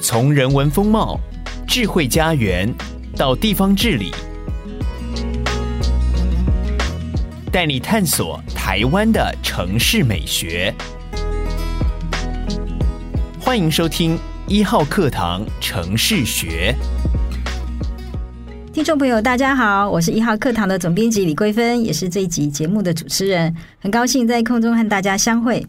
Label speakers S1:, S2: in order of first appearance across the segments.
S1: 从人文风貌、智慧家园到地方治理，带你探索台湾的城市美学。欢迎收听一号课堂城市学。
S2: 听众朋友，大家好，我是一号课堂的总编辑李桂芬，也是这一集节目的主持人。很高兴在空中和大家相会。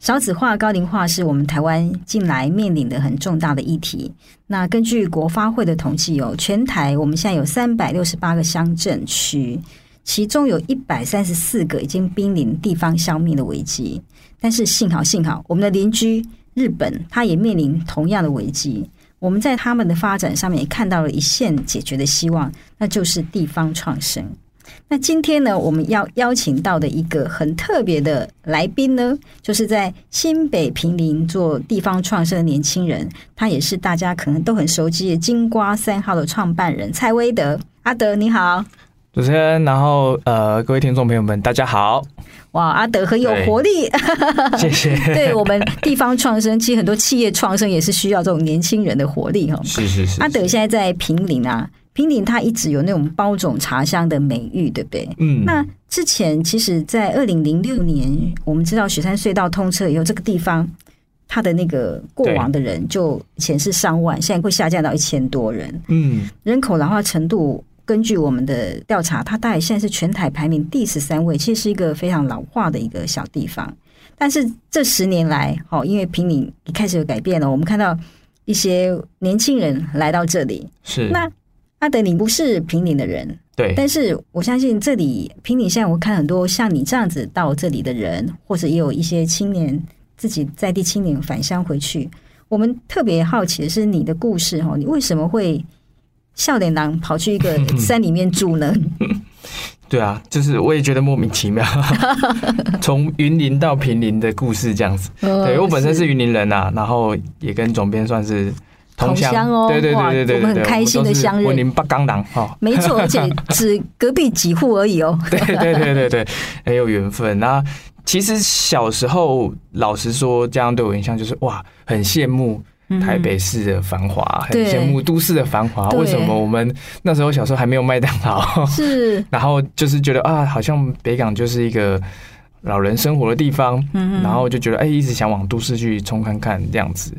S2: 少子化、高龄化是我们台湾近来面临的很重大的议题。那根据国发会的统计、哦，有全台我们现在有三百六十八个乡镇区，其中有一百三十四个已经濒临地方消灭的危机。但是幸好，幸好我们的邻居日本，它也面临同样的危机。我们在他们的发展上面也看到了一线解决的希望，那就是地方创生。那今天呢，我们要邀请到的一个很特别的来宾呢，就是在新北平林做地方创生的年轻人，他也是大家可能都很熟悉的金瓜三号的创办人蔡威德。阿德你好，
S3: 主持人，然后呃，各位听众朋友们，大家好，
S2: 哇，阿德很有活力，
S3: 谢谢。
S2: 对我们地方创生，其实很多企业创生也是需要这种年轻人的活力哈。
S3: 是是是
S2: 阿德现在在平林啊，平林它一直有那种包种茶香的美誉，对不对？
S3: 嗯，
S2: 那之前其实，在二零零六年，我们知道雪山隧道通车以后，这个地方它的那个过往的人就以前是上万，现在会下降到一千多人，
S3: 嗯，
S2: 人口老化程度。根据我们的调查，它大概现在是全台排名第十三位，其实是一个非常老化的一个小地方。但是这十年来，好，因为平民也开始有改变了，我们看到一些年轻人来到这里。
S3: 是
S2: 那阿德，你不是平林的人，
S3: 对
S2: 但是我相信这里平顶现在我看很多像你这样子到这里的人，或者也有一些青年自己在地青年返乡回去。我们特别好奇的是你的故事哈，你为什么会笑脸狼跑去一个 山里面住呢？
S3: 对啊，就是我也觉得莫名 其妙，从云林到平林的故事这样子。对
S2: 对
S3: 我本身是云林人啊，然后也跟总编算是同
S2: 同乡哦
S3: 对对
S2: 哇
S3: 对对对对，
S2: 我们很
S3: 对
S2: 开心地
S3: 都是
S2: 相认
S3: 云林八刚狼哦，
S2: 没错，而且只隔壁几户而已哦。
S3: 对对对对对，很有缘分。那其实小时候，老实说，这样对我印象就是哇，很羡慕台北市的繁华，很
S2: 嗯对
S3: 羡慕都市的繁华。
S2: 对
S3: 为什么我们那时候小时候还没有麦当劳？
S2: 是，
S3: 然后就是觉得啊，好像北港就是一个老人生活的地方，
S2: 嗯
S3: 然后就觉得哎、一直想往都市去冲看看这样子。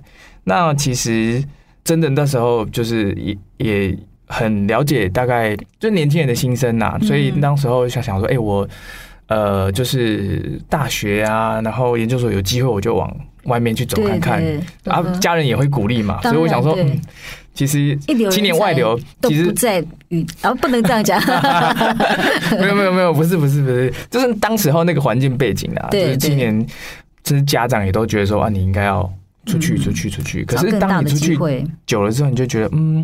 S3: 那其实真的那时候就是也也很了解，大概就是年轻人的心声呐、
S2: 嗯
S3: 所以当时候想想说，哎、我呃就是大学啊，然后研究所有机会我就往外面去走
S2: 对
S3: 看看。
S2: 对，
S3: 啊
S2: 嗯，哼
S3: 家人也会鼓励嘛，
S2: 当
S3: 所以我想说，
S2: 然对
S3: 嗯，其实
S2: 一流人
S3: 青年
S2: 才
S3: 外流，
S2: 都
S3: 其
S2: 不
S3: 实
S2: 在与，啊，不能这样讲，
S3: 没有没有没有，不是不是不是，就是当时候那个环境背景啊，就
S2: 对对
S3: 是今年，就是家长也都觉得说啊，你应该要出去出去出去。 可
S2: 嗯找
S3: 是
S2: 更大
S3: 当
S2: 的
S3: 你出
S2: 机
S3: 去
S2: 会，
S3: 久了之后，你就觉得嗯，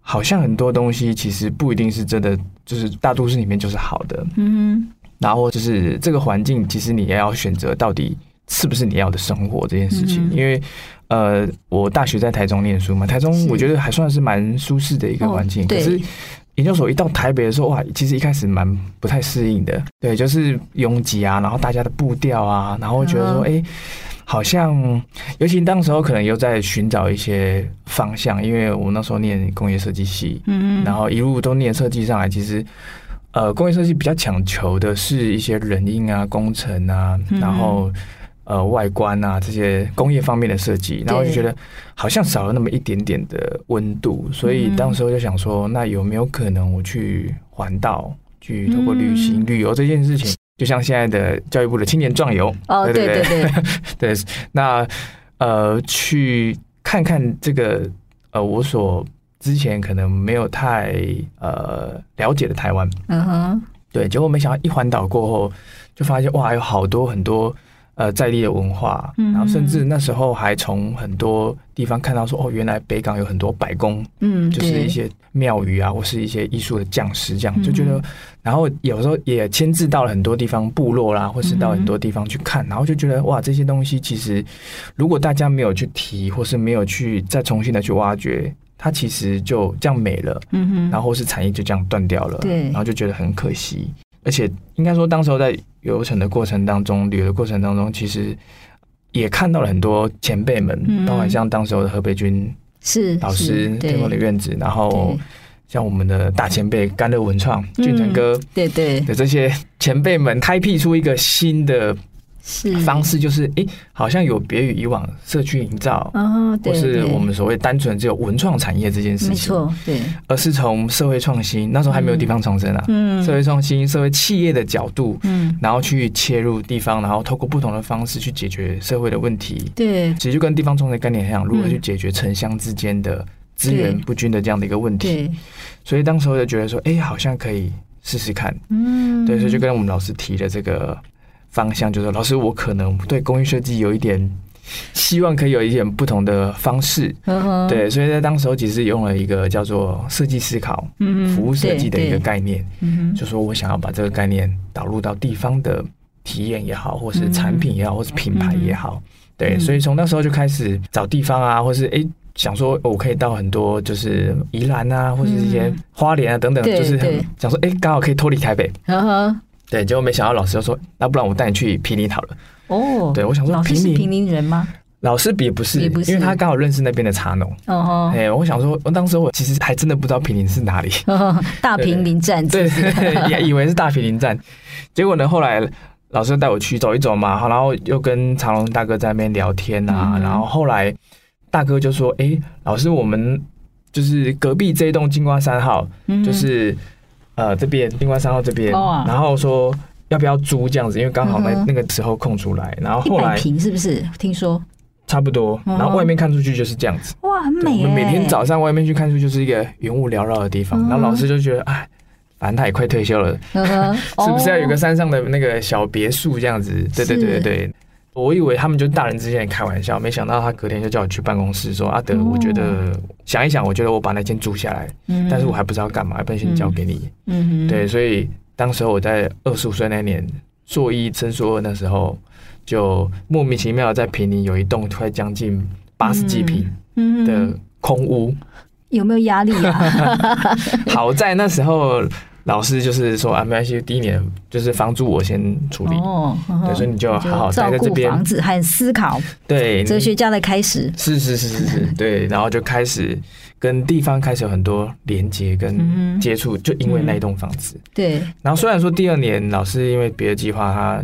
S3: 好像很多东西其实不一定是真的，就是大都市里面就是好的，
S2: 嗯
S3: 然后就是这个环境，其实你也要选择到底是不是你要的生活这件事情，
S2: 嗯哼
S3: 因为。呃，我大学在台中念书嘛，台中
S2: 是
S3: 我觉得还算是蛮舒适的一个
S2: 哼，
S3: 环境，
S2: 哦
S3: 可
S2: 对
S3: 是研究所一到台北的时候，哇，其实一开始蛮不太适应的，对，就是拥挤啊，然后大家的步调啊，然后觉得说，哎、好像，尤其当时候可能又在寻找一些方向，因为我那时候念工业设计系，
S2: 嗯
S3: 然
S2: 嗯，
S3: 后一路都念设计上来，其实，呃，工业设计比较强求的是一些人因啊、工程啊，
S2: 嗯
S3: 然后。呃，外观啊，这些工业方面的设计，然后就觉得好像少了那么一点点的温度，所以
S2: 嗯
S3: 当时候就想说，那有没有可能我去环岛，去透过旅行、
S2: 嗯
S3: 旅游这件事情，就像现在的教育部的青年壮游，
S2: 哦，对对对，
S3: 对，那呃，去看看这个呃，我所之前可能没有太呃了解的台湾，
S2: 嗯哼，
S3: 对，结果没想到一环岛过后，就发现哇，有好多很多呃在地的文化，
S2: 嗯
S3: 然后甚至那时候还从很多地方看到说，哦，原来北港有很多百工，
S2: 嗯，
S3: 就是
S2: 对
S3: 一些庙宇啊，或是一些艺术的匠师这样，就觉
S2: 嗯
S3: 得，然后有时候也亲自到了很多地方部落啦，或是到
S2: 嗯
S3: 很多地方去看，然后就觉得哇，这些东西其实如果大家没有去提，或是没有去再重新的去挖掘，它其实就这样没了，
S2: 嗯哼，
S3: 然后或是产业就这样断掉了，
S2: 对
S3: 然后就觉得很可惜。而且应该说，当时候在游程的过程当中，旅游的过程当中，其实也看到了很多前辈们，
S2: 嗯
S3: 包括像当时候的何北军
S2: 是
S3: 老师
S2: 是
S3: 天
S2: 对
S3: 空的院子，然后
S2: 对嗯
S3: 像我们的大前辈甘乐文创、俊成哥
S2: 对对
S3: 的这些前辈们，开辟出一个新的
S2: 是
S3: 啊方式，就是诶，好像有别于以往社区营造，
S2: 哦，对
S3: 或是
S2: 对
S3: 我们所谓单纯只有文创产业这件事
S2: 没
S3: 情，啊
S2: 错，对，
S3: 而是从社会创新，那时候还没有地方创生啊，
S2: 嗯
S3: 社会创新、社会企业的角度，
S2: 嗯，
S3: 然后去切入地方，然后透过不同的方式去解决社会的问题。
S2: 对
S3: 其实就跟地方创生概念一样，如何
S2: 嗯
S3: 去解决城乡之间的资源
S2: 对
S3: 不均的这样的一个问题。
S2: 对，
S3: 所以当时候就觉得说，哎、好像可以试试看。
S2: 嗯，
S3: 对，所以就跟我们老师提的这个方向，就是老师，我可能对工艺设计有一点希望，可以有一点不同的方式。
S2: 呵呵，
S3: 对，所以在当时候其实用了一个叫做设计思考。
S2: 嗯，
S3: 服务设计的一个
S2: 对，对
S3: 概念，
S2: 嗯哼
S3: 就说我想要把这个概念导入到地方的体验也好，或是产品也好，或是品牌也好，对，
S2: 嗯
S3: 所以从那时候就开始找地方啊，或是诶想说哦我可以到很多就是宜兰啊，或是一些
S2: 嗯
S3: 花莲啊等等，
S2: 对
S3: 就是很
S2: 对
S3: 想说诶刚好可以脱离台北，
S2: 呵呵，
S3: 对，结果没想到老师就说，那不然我带你去平林好了。
S2: 哦，
S3: 对我想说
S2: 老师
S3: 平
S2: 是
S3: 民
S2: 平林人吗？
S3: 老师也不是，
S2: 也不是
S3: 因为他刚好认识那边的茶农。
S2: 哦
S3: 哎、我想说，我当时我其实还真的不知道平林是哪里，
S2: 呵，呵呵 大平林站，
S3: 对，也以为是大平林站，结果呢，后来老师带我去走一走嘛，好然后又跟长隆大哥在那边聊天啊，
S2: 嗯
S3: 然后后来大哥就说：“哎、老师，我们就是隔壁这一栋金瓜三号，
S2: 嗯
S3: 就是呃这边金瓜三号这边，
S2: 哦
S3: 然后说要不要租这样子，因为刚好那、
S2: 嗯哼
S3: 那个时候空出来，然后
S2: 一
S3: 后
S2: 百
S3: 来
S2: 平是不是？听说
S3: 差不多，
S2: 嗯哼
S3: 然后外面看出去就是这样子。”
S2: 哇，很
S3: 对
S2: 美
S3: 我们
S2: 耶，
S3: 每天 早上外面去看书就是一个云雾缭绕的地方，
S2: 嗯
S3: 然后老师就觉得，哎，反正他也快退休了，
S2: 呵呵，
S3: 是不是要有个
S2: 嗯哦
S3: 山上的那个小别墅这样子？对对对对对。我以为他们就大人之间开玩笑，没想到他隔天就叫我去办公室说：“阿德，
S2: 哦
S3: 我觉得想一想，我觉得我把那间租下来，
S2: 嗯
S3: 但是我还不知道干嘛，要不然先交给你。
S2: 嗯哼
S3: 对，所以当时候我在二十五岁那年，硕一升硕二那时候，就莫名其妙地在平林有一栋快将近八十几平
S2: 嗯
S3: 的空屋，
S2: 有没有压力啊？
S3: 好在那时候老师就是说啊，没关系，第一年就是房租我先处理，
S2: 哦，呵呵
S3: 对，所以你就好好
S2: 照
S3: 待在这
S2: 顾
S3: 边嗯
S2: 房，子和思考，
S3: 对，
S2: 哲学家的开始，
S3: 是是是是 是，对，然后就开始跟地方开始有很多连接
S2: 嗯
S3: 跟
S2: 哼
S3: 接触，就因为那一栋房子。
S2: 对，
S3: 然后虽然说第二年老师因为别的计划他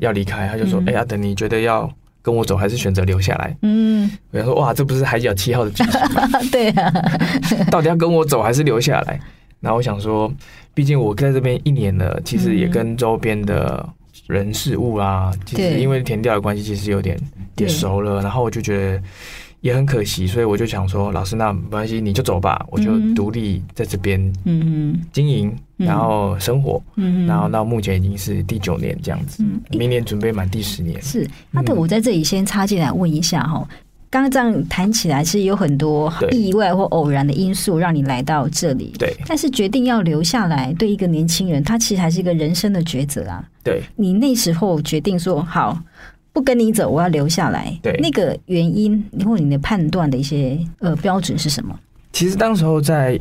S3: 要离开，他就说
S2: 嗯，
S3: 哎呀，等你觉得要。跟我走还是选择留下来？
S2: 嗯，
S3: 我想说，哇，这不是海角七号的剧情吗？
S2: 对啊，
S3: 到底要跟我走还是留下来？然后我想说，毕竟我在这边一年了，其实也跟周边的人事物啊，其实
S2: 对
S3: 因为填调的关系，其实有点也
S2: 对
S3: 熟了。然后我就觉得也很可惜，所以我就想说，老师，那没关系，你就走吧，我就
S2: 嗯哼
S3: 独立在这边
S2: 嗯
S3: 经营，
S2: 嗯
S3: 然后生活，
S2: 嗯，
S3: 然后到目前已经是第九年这样子，
S2: 嗯，诶
S3: 明年准备满第十年。
S2: 是阿德，
S3: 嗯
S2: 我在这里先插进来问一下哈。刚刚这样谈起来，是有很多
S3: 对
S2: 意外或偶然的因素让你来到这里。
S3: 对
S2: 但是决定要留下来，对一个年轻人，他其实还是一个人生的抉择啊。
S3: 对，
S2: 你那时候决定说好，不跟你走，我要留下来。
S3: 对
S2: 那个原因或你的判断的一些呃标准是什么？
S3: 其实当时候在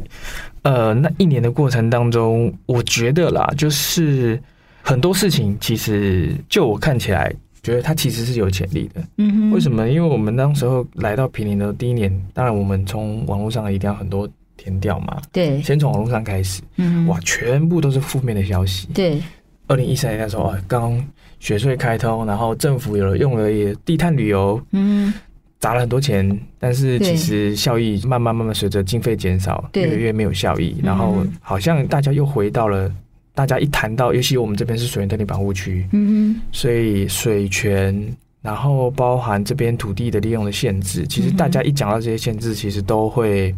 S3: 呃那一年的过程当中，我觉得啦，就是很多事情其实就我看起来，觉得它其实是有潜力的。
S2: 嗯哼
S3: 为什
S2: 么？
S3: 么？因为我们当时候来到平林的第一年，当然我们从网络上一定要很多填掉嘛，
S2: 对，
S3: 先从网络上开始，
S2: 嗯，
S3: 哇，，全部都是负面的消息。
S2: 对，
S3: 二零一三年那时候，哇，刚雪税开通，然后政府有了用了也低碳旅游，
S2: 嗯，
S3: 砸了很多钱，但是
S2: 对
S3: 其实效益慢慢慢慢随着经费减少，
S2: 对
S3: 越来越没有效益。
S2: 嗯
S3: 然后好像大家又回到了，大家一谈到，尤其我们这边是水源特定保护区，
S2: 嗯
S3: 所以水权，然后包含这边土地的利用的限制，其实
S2: 嗯哼
S3: 大家一讲到这些限制，其实都会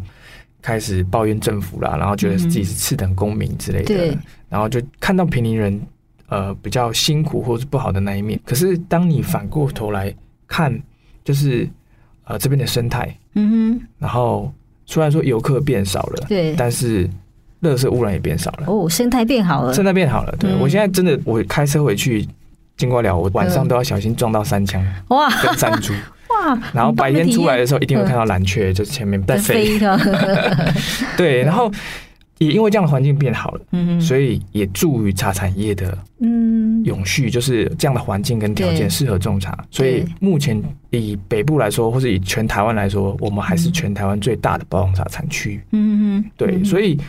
S3: 开始抱怨政府啦，然后觉得
S2: 嗯哼
S3: 自己是次等公民之类
S2: 对
S3: 的，然后就看到平民人呃比较辛苦或是不好的那一面。可是当你反过头来看，就是呃这边的生态，
S2: 哼，嗯哼，
S3: 然后虽然说游客变少了，
S2: 对，
S3: 但是垃圾污染也变少了。
S2: 哦，生态变好了，
S3: 真的变好了。对、
S2: 嗯
S3: 我现在真的，我开车回去经过了，我晚上都要小心撞到 三枪
S2: 哇
S3: 跟山猪，
S2: 哇，
S3: 然后白天出来的时候一定会
S2: 嗯
S3: 看到蓝雀，就是前面在飞。
S2: 的，
S3: 对，然后也因为这样的环境变好了，
S2: 嗯
S3: 所以也助于茶产业的
S2: 嗯
S3: 永续，就是这样的环境跟条
S2: 对
S3: 件适合种茶。所以
S2: 对
S3: 目前以北部来说，或是以全台湾来说，我们还是全台湾最大的包容茶产区。
S2: 嗯嗯，
S3: 对，所
S2: 以
S3: 以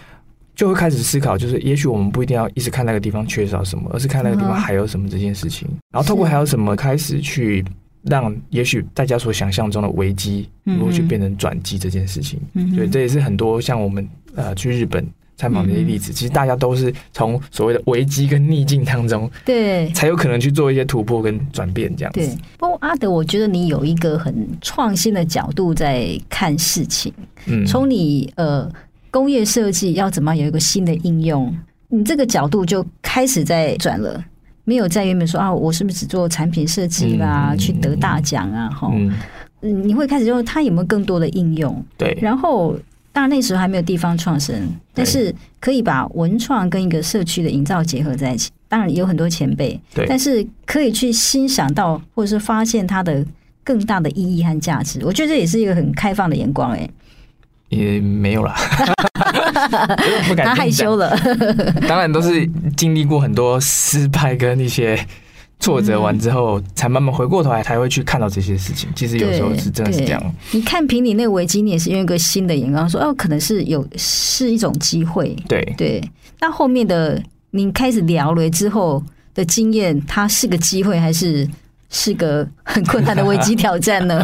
S3: 就会开始思考，就是也许我们不一定要一直看那个地方缺少什么，而是看那个地方
S2: 嗯哼
S3: 还有什么这件事情，然后透过
S2: 是
S3: 还有什么开始去让也许大家所想象中的危机
S2: 嗯哼
S3: 如何去变成转机这件事情。
S2: 嗯
S3: 对，这也是很多像我们呃去日本。参访的一些
S2: 嗯
S3: 例子，其实大家都是从所谓的危机跟逆境当中，
S2: 对
S3: 才有可能去做一些突破跟转变这样
S2: 对
S3: 子。，
S2: 不过阿德，我觉得你有一个很创新的角度在看事情。
S3: 嗯
S2: 从你呃工业设计要怎么样有一个新的应用，你这个角度就开始在转了，没有在原本说啊，我是不是只做产品设计啦，
S3: 嗯
S2: 去得大奖啊，哈、
S3: 嗯，
S2: 嗯，你会开始用它有没有更多的应用？
S3: 对，
S2: 然后，当然那时候还没有地方创生，但是可以把文创跟一个社区的营造结合在一起。当然有很多前辈，
S3: 对
S2: 但是可以去欣赏到或者是发现它的更大的意义和价值。我觉得这也是一个很开放的眼光、欸，
S3: 也 没有啦， 不
S2: 哎，
S3: 敢
S2: 他害
S3: 这样讲
S2: 羞了，
S3: 当然都是经历过很多失败跟一些挫折完之后，才慢慢回过头来才会去看到这些事情。其实有时候是真的是这样，
S2: 你看评你那个危机，你也是用一个新的眼光说，哦，可能是有是一种机会，
S3: 对
S2: 对。那后面的你开始聊了之后的经验，它是个机会还是是个很困难的危机挑战 呢？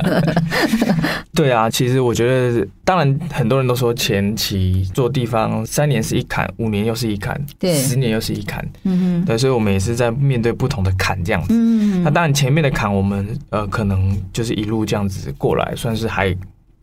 S3: 对啊。其实我觉得，当然很多人都说前期做地方三年是一坎，五年又是一坎，
S2: 对
S3: 十年又是一坎，
S2: 嗯哼
S3: 对，所以我们也是在面对不同的坎这样子。
S2: 嗯
S3: 那
S2: 哼，
S3: 当然，前面的坎我们呃可能就是一路这样子过来，算是还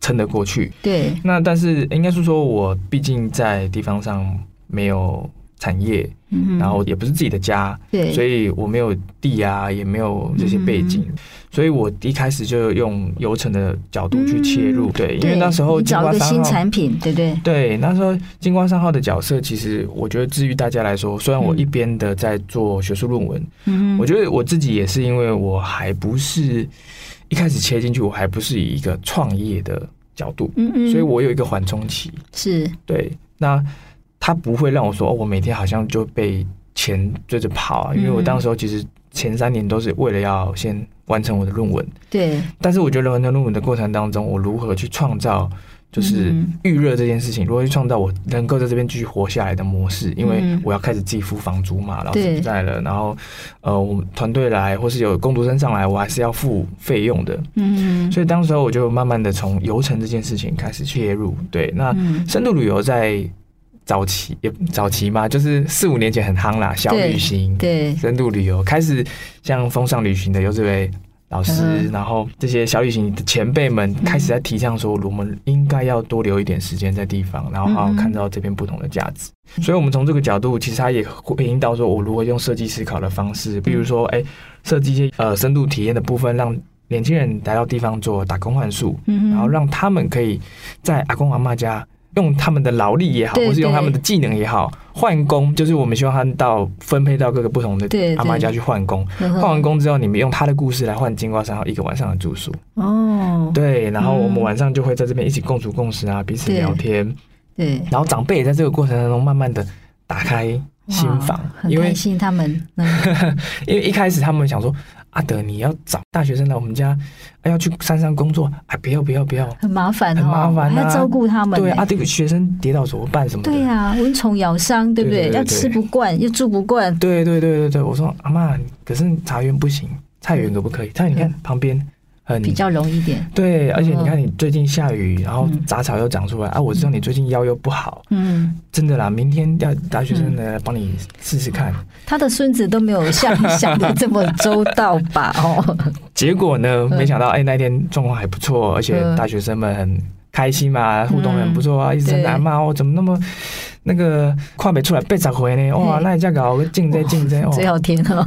S3: 撑得过去。
S2: 对，
S3: 那但是应该是说，我毕竟在地方上没有产业，
S2: 嗯哼
S3: 然后也不是自己的家，
S2: 对，
S3: 所以我没有地啊，也没有这些背景，
S2: 嗯
S3: 所以我一开始就用游程的角度去切入，对，因为
S2: 嗯对
S3: 那时候
S2: 你
S3: 金
S2: 找
S3: 瓜
S2: 一个
S3: 三
S2: 新
S3: 号。
S2: 产品，对不对？
S3: 对，那时候金瓜三号的角色，其实我觉得，至于大家来说，虽然我
S2: 嗯
S3: 一边的在做学术论文，
S2: 嗯
S3: 我
S2: 哼，
S3: 觉得我自己也是，因为我还不是一开始切进去，我还不是以一个创业的角度，
S2: 嗯嗯，
S3: 所以我有一个缓冲期。
S2: 是
S3: 对，那它不会让我说，哦，我每天好像就被钱追着跑啊，因为我
S2: 嗯
S3: 当时候其实前三年都是为了要先完成我的论文，
S2: 对，
S3: 但是我觉得完成论文的过程当中，我如何去创造就是
S2: 嗯
S3: 预热这件事情，如何去创造我能够在这边继续活下来的模式，因为
S2: 嗯
S3: 我要开始自己付房租嘛，老师
S2: 对
S3: 不在了，然后呃，我们团队来或是有工读生上来，我还是要付费用的，
S2: 嗯哼，
S3: 所以当时候我就慢慢的从游程这件事情开始切入，对，那
S2: 嗯
S3: 深度旅游在早期也早期嘛，就是四五年前很夯啦，小
S2: 对
S3: 旅行，
S2: 对，
S3: 深度旅游开始，像风尚旅行的游志伟老师，
S2: 嗯
S3: 然后这些小旅行的前辈们开始在提倡说，我们应该要多留一点时间在地方，然后好好
S2: 嗯
S3: 看到这边不同的价值。所以，我们从这个角度，其实它也回应到说，我如何用设计思考的方式，比如说，哎，设计一些呃深度体验的部分，让年轻人来到地方做打工换宿，
S2: 嗯哼，
S3: 然后让他们可以在阿公阿妈家用他们的劳力也好，
S2: 对
S3: 或是用他们的技能也好，换工，就是我们希望他们到分配到各个不同的
S2: 对
S3: 阿妈
S2: 对
S3: 家去换工。
S2: 嗯哼
S3: 换完工之后，你们用他的故事来换金瓜山号一个晚上的住宿，
S2: 哦，
S3: 对，然后我们
S2: 嗯
S3: 晚上就会在这边一起共处共食啊，彼此
S2: 对
S3: 聊天，
S2: 对，
S3: 然后长辈也在这个过程当中慢慢的打开心
S2: 哇
S3: 房，
S2: 很
S3: 因为
S2: 开心他们，嗯
S3: 因为一开始他们想说，阿德你要找大学生来我们家，哎要去山上工作，哎不要不要不要，
S2: 很麻烦哦，
S3: 很麻烦啊
S2: 还要照顾他们欸。
S3: 对啊，这个学生跌倒怎么办什么的，
S2: 对呀，蚊虫咬伤，对不
S3: 对
S2: 对？
S3: 对对
S2: 要吃不惯，又住不惯，
S3: 对对对对对，我说阿妈，可是茶园不行，菜园可不可以？菜园你看旁边很
S2: 嗯比较容易一点。
S3: 对，而且你
S2: 哦
S3: 看你最近下雨，然后
S2: 嗯
S3: 杂草又长出来、啊，我知道你最近腰又不好，
S2: 嗯，嗯
S3: 真的啦，明天要大学生来帮你试试看。
S2: 他的孙子都没有 像你想的这么周到吧？哦，
S3: 结果呢，没想到哎、那天状况还不错，而且
S2: 嗯
S3: 大学生们很。开心嘛，互动很不错啊！一直在
S2: 对
S3: 阿妈哦，怎么那么那个跨北出来被找回呢？哇，
S2: 嘿
S3: 那家搞竞争竞争哦，
S2: 最好甜哦。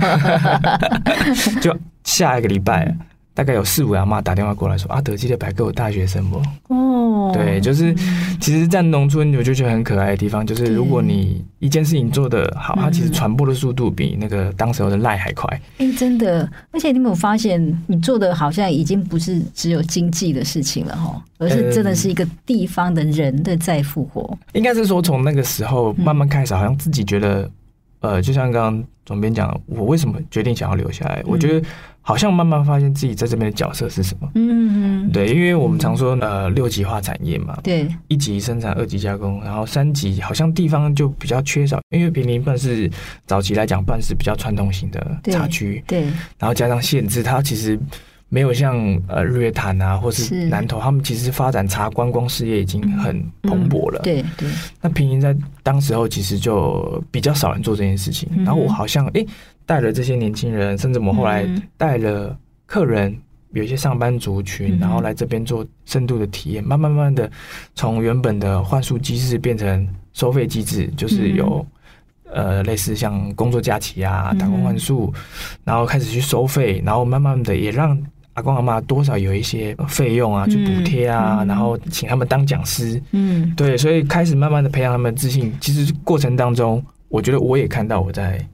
S3: 就下一个礼拜，大概有四五个阿妈打电话过来说：“阿啊德记得摆给我大学生不？”
S2: 哦，
S3: 对，就是其实，在农村我就觉得很可爱的地方，就是如果你一件事情做得好，它其实传播的速度比那个当时候的赖还快。
S2: 哎，真的，而且你有没有发现，你做的好像已经不是只有经济的事情了哈，而
S3: 呃
S2: 是真的是一个地方的人的在复活。
S3: 应该是说从那个时候慢慢开始，好像自己觉得，呃，就像刚刚总编讲，我为什么决定想要留下
S2: 嗯
S3: 来？我觉得好像慢慢发现自己在这边的角色是什么。
S2: 嗯，
S3: 对，因为我们常说呃六级化产业嘛，
S2: 对，
S3: 一级生产，二级加工，然后三级好像地方就比较缺少，因为平林办是早期来讲办是比较传统型的
S2: 对
S3: 茶区，
S2: 对，
S3: 然后加上限制，它其实没有像呃日月潭啊或
S2: 是
S3: 是南投，他们其实发展茶观光事业已经很蓬勃了。
S2: 嗯对对，
S3: 那平营在当时候其实就比较少人做这件事情。
S2: 嗯
S3: 然后我好像诶带了这些年轻人，甚至我们后来
S2: 嗯
S3: 带了客人，有一些上班族群，
S2: 嗯
S3: 然后来这边做深度的体验，慢慢慢慢的从原本的换宿机制变成收费机制，就是有、呃类似像工作假期啊
S2: 嗯、
S3: 打工换宿，然后开始去收费，然后慢慢的也让。阿公阿妈多少有一些费用啊，去补贴啊，
S2: 嗯嗯
S3: 然后请他们当讲师，
S2: 嗯，
S3: 对，所以开始慢慢的培养他们的自信。其实过程当中，我觉得我也看到我在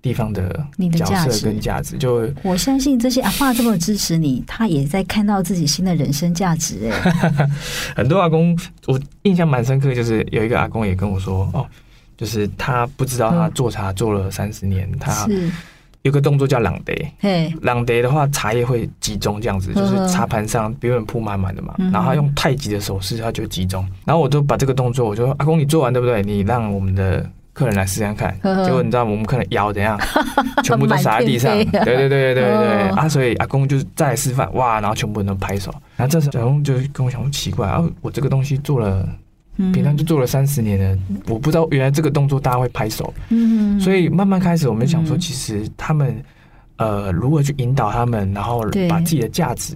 S3: 地方的
S2: 你的
S3: 角
S2: 价值
S3: 色跟价值，就
S2: 我相信这些阿爸这么支持你，他也在看到自己新的人生价值。哎，
S3: 很多阿公，我印象蛮深刻，就是有一个阿公也跟我说，哦，就是他不知道他
S2: 嗯
S3: 做茶做了三十年，他
S2: 是，
S3: 有个动作叫朗得。
S2: 嘿，
S3: 朗得的话，茶叶会集中这样子，就
S2: 嗯
S3: 是茶盘上原本铺满满的嘛，
S2: 嗯
S3: 然后他用太极的手势，他就集中。然后我就把这个动作，我就说阿公你做完对不对？你让我们的客人来试试看。
S2: 嗯
S3: 结果你知道我们客人 摇怎样，全部都洒在地上。
S2: 满天
S3: 对
S2: 飞啊
S3: 对对对对对
S2: 哦
S3: 啊！所以阿公就是再来示范，哇！然后全部人都拍手。然后这时候阿公就跟我讲，奇怪啊，我这个东西做了，
S2: 嗯
S3: 平常就做了三十年了，我不知道原来这个动作大家会拍手。
S2: 嗯，
S3: 所以慢慢开始，我们想说，
S2: 嗯
S3: 其实他们呃，如何去引导他们，然后
S2: 对
S3: 把自己的价值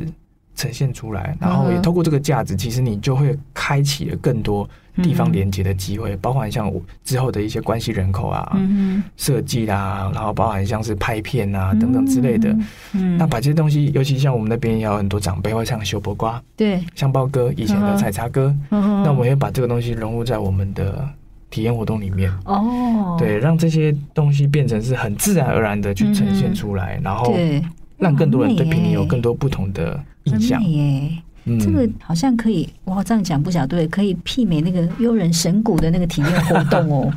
S3: 呈现出来，然后
S2: 嗯
S3: 也
S2: 哼
S3: 透过这个价值，其实你就会开启了更多地
S2: 嗯
S3: 方连接的机会，包含像我之后的一些关系人口啊、
S2: 嗯
S3: 设计啦，然后包含像是拍片啊
S2: 哼
S3: 等等之类的。，
S2: 嗯，
S3: 那把这些东西，尤其像我们那边也有很多长辈会唱修伯瓜、
S2: 对，
S3: 香包歌、以前
S2: 嗯哼
S3: 的采茶歌，
S2: 那
S3: 那我们也把这个东西融入在我们的体验活动里面。
S2: 哦，
S3: 对，让这些东西变成是很自然而然的去呈现出来，然后
S2: 嗯对，
S3: 让更多人对平
S2: 很美
S3: 林
S2: 耶
S3: 有更多不同的印
S2: 很
S3: 象
S2: 美。耶。
S3: 嗯
S2: 这个好像可以，哇，这样讲不晓得对，可以媲美那个悠人神谷的那个体验活动 哦。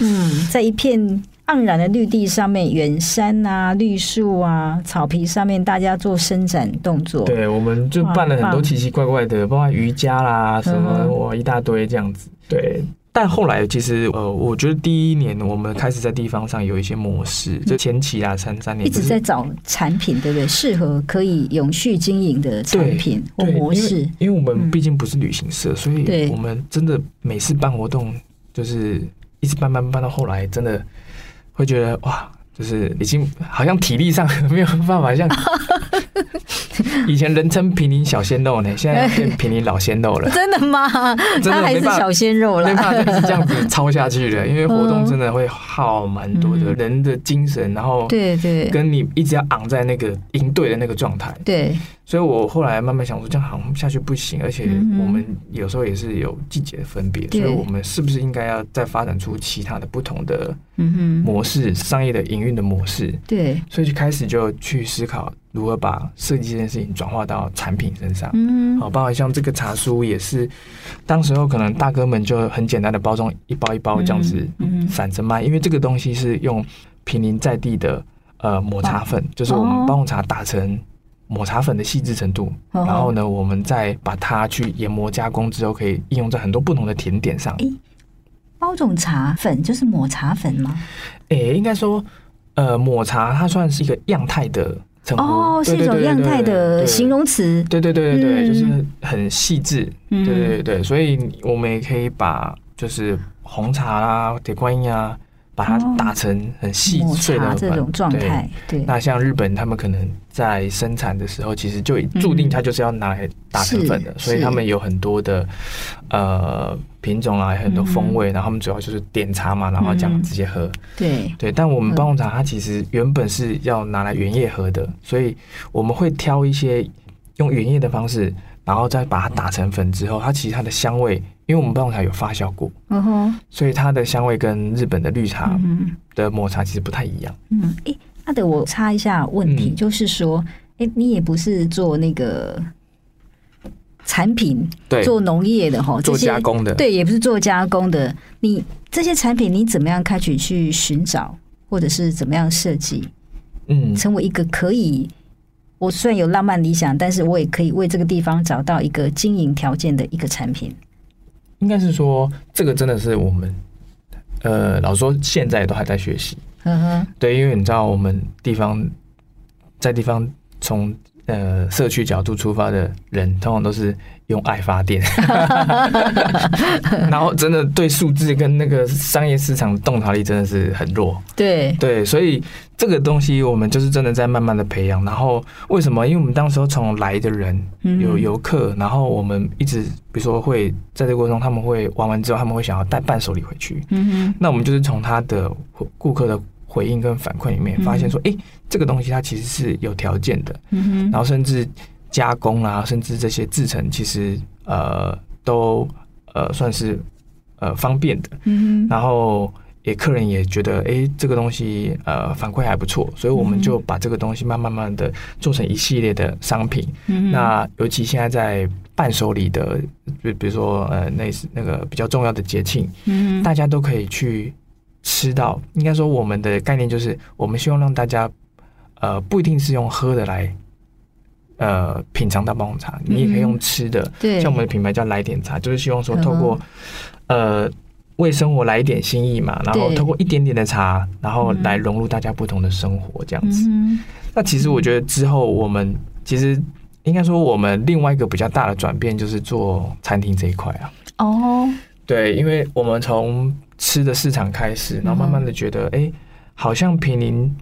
S2: 嗯，在一片盎然的绿地上面，远山啊、绿树啊、草皮上面，大家做伸展动作。
S3: 对，我们就
S2: 哇
S3: 办了很
S2: 棒
S3: 多奇奇怪怪的，包括瑜伽啦，什么
S2: 嗯哼
S3: 哇一大堆这样子。对，但后来其实呃，我觉得第一年我们开始在地方上有一些模式，就前期啦，三三年
S2: 一直
S3: 就是
S2: 在找产品，对不对？适合可以永续经营的产品或
S3: 对，
S2: 模
S3: 因
S2: 式
S3: 为。因为我们
S2: 嗯
S3: 毕竟不是旅行社，所
S2: 对。
S3: 以我们真的每次办活动，就是一直办办办到后来，真的会觉得哇，就是已经好像体力上没有办法像以前人称平林小鲜肉呢，现在变平林老鲜肉了
S2: 真的吗？
S3: 真
S2: 他
S3: 的
S2: 还是
S3: 没办法
S2: 小鲜肉
S3: 没
S2: 啦。
S3: 办法再这样 子抄下去了，因为活动真的会耗蛮多的
S2: 嗯
S3: 人的精神，然后
S2: 对对
S3: 跟你一直要昂在那个应对的那个状态。
S2: 对，
S3: 所以我后来慢慢想说，这样好像下去不行，而且
S2: 嗯哼
S3: 我们有时候也是有季节的分别，
S2: 对
S3: 所以我们是不是应该要再发展出其他的不同的
S2: 嗯哼，
S3: 模式、商业的营运的模式？
S2: 对，
S3: 所以就开始就去思考如何把设计这件事情转化到产品身上。
S2: 嗯
S3: 好，包括像这个茶书也是，当时候可能大哥们就很简单的包装一包一包这样子
S2: 嗯嗯
S3: 散着卖，因为这个东西是用平林在地的呃抹茶粉，就是我
S2: 哦
S3: 们帮茶打成抹茶粉的细致程度，
S2: 哦
S3: 然后呢，我们再把它去研磨加工之后，可以应用在很多不同的甜点上。
S2: 包种茶粉就是抹茶粉吗？
S3: 诶、应该说，呃，抹茶它算是一个样态的称呼，
S2: 哦，是
S3: 嗯对
S2: 一种样态的形。容词。
S3: 对对对对对对对对对，就是
S2: 嗯
S3: 很细致，
S2: 嗯
S3: 对对对，所以我们也可以把就是红茶啦、铁观音啊、把它打成很细
S2: 抹
S3: 碎
S2: 茶
S3: 的
S2: 这
S3: 粉
S2: 种状。
S3: 对
S2: 态，对，
S3: 那像日本，他们可能在生产的时候，其实就已注定它就是要拿来打成粉的，
S2: 是
S3: 所以
S2: 是
S3: 他们有很多的呃品种啊，很多风味，然后他们主要就是点茶嘛，然后这
S2: 嗯
S3: 样直接喝。
S2: 对，
S3: 对，但
S2: 嗯
S3: 我们棒红茶它其实原本是要拿来原叶喝的，所以我们会挑一些用原叶的方式，然后再把它打成粉之后，它其实它的香味，因为我们棒红茶有发酵过，
S2: 嗯哼，
S3: 所以它的香味跟日本的绿茶
S2: 嗯。
S3: 的抹茶其实不太一样。
S2: 嗯，诶，阿德，我插一下问题，
S3: 嗯
S2: 就是说，诶，你也不是做那个产品，
S3: 对
S2: 做农业的哈，这
S3: 做
S2: 些
S3: 加工的，
S2: 对，也不是做加工的。你这些产品，你怎么样开始去寻找，或者是怎么样设计，
S3: 嗯，
S2: 成为一个可以？我虽然有浪漫理想，但是我也可以为这个地方找到一个经营条件的一个产品。
S3: 应该是说这个真的是我们，呃，老实说现在都还在学习。
S2: 呵呵，
S3: 对，因为你知道我们地方在地方从呃社区角度出发的人，通常都是用爱发电， 然后真的对数字跟那个商业市场的洞察力真的是很弱。
S2: 对，
S3: 对，所以这个东西我们就是真的在慢慢的培养。然后为什么？因为我们当时候从来的人
S2: 嗯
S3: 有游客，然后我们一直比如说会在这个过程中，他们会玩完之后，他们会想要带伴手礼回去。
S2: 嗯
S3: 那我们就是从他的顾客的回应跟反馈里面发现说，诶，这个东西它其实是有条件的，
S2: 哼，嗯嗯
S3: 然
S2: 哼，
S3: 后甚至加工啦、甚至这些制成，其实呃都呃算是呃方便的，
S2: 嗯哼，
S3: 然后。也客人也觉得，诶，这个东西呃反馈还不错，所以我们
S2: 嗯
S3: 就把这个东西慢慢慢的做成一系列的商品。
S2: 嗯哼
S3: 那尤其现在在伴手礼的，比比如说呃那那个比较重要的节庆，
S2: 嗯哼
S3: 大家都可以去吃到。应该说，我们的概念就是，我们希望让大家，呃，不一定是用喝的来，呃，品尝到棒红茶，你也可以用吃的。
S2: 嗯对，
S3: 像我们的品牌叫来点茶，就是希望说
S2: 嗯哼
S3: 透过，呃。为生活来一点新意嘛，然后
S2: 对
S3: 透过一点点的茶，然后
S2: 嗯
S3: 来融入大家不同的生活这样子。
S2: 嗯哼
S3: 那其实我觉得之后我们其实应该说我们另外一个比较大的转变就是做餐厅这一块啊。
S2: 哦，
S3: 对，因为我们从吃的市场开始，然后慢
S2: 嗯
S3: 慢的觉得，哎、好像平林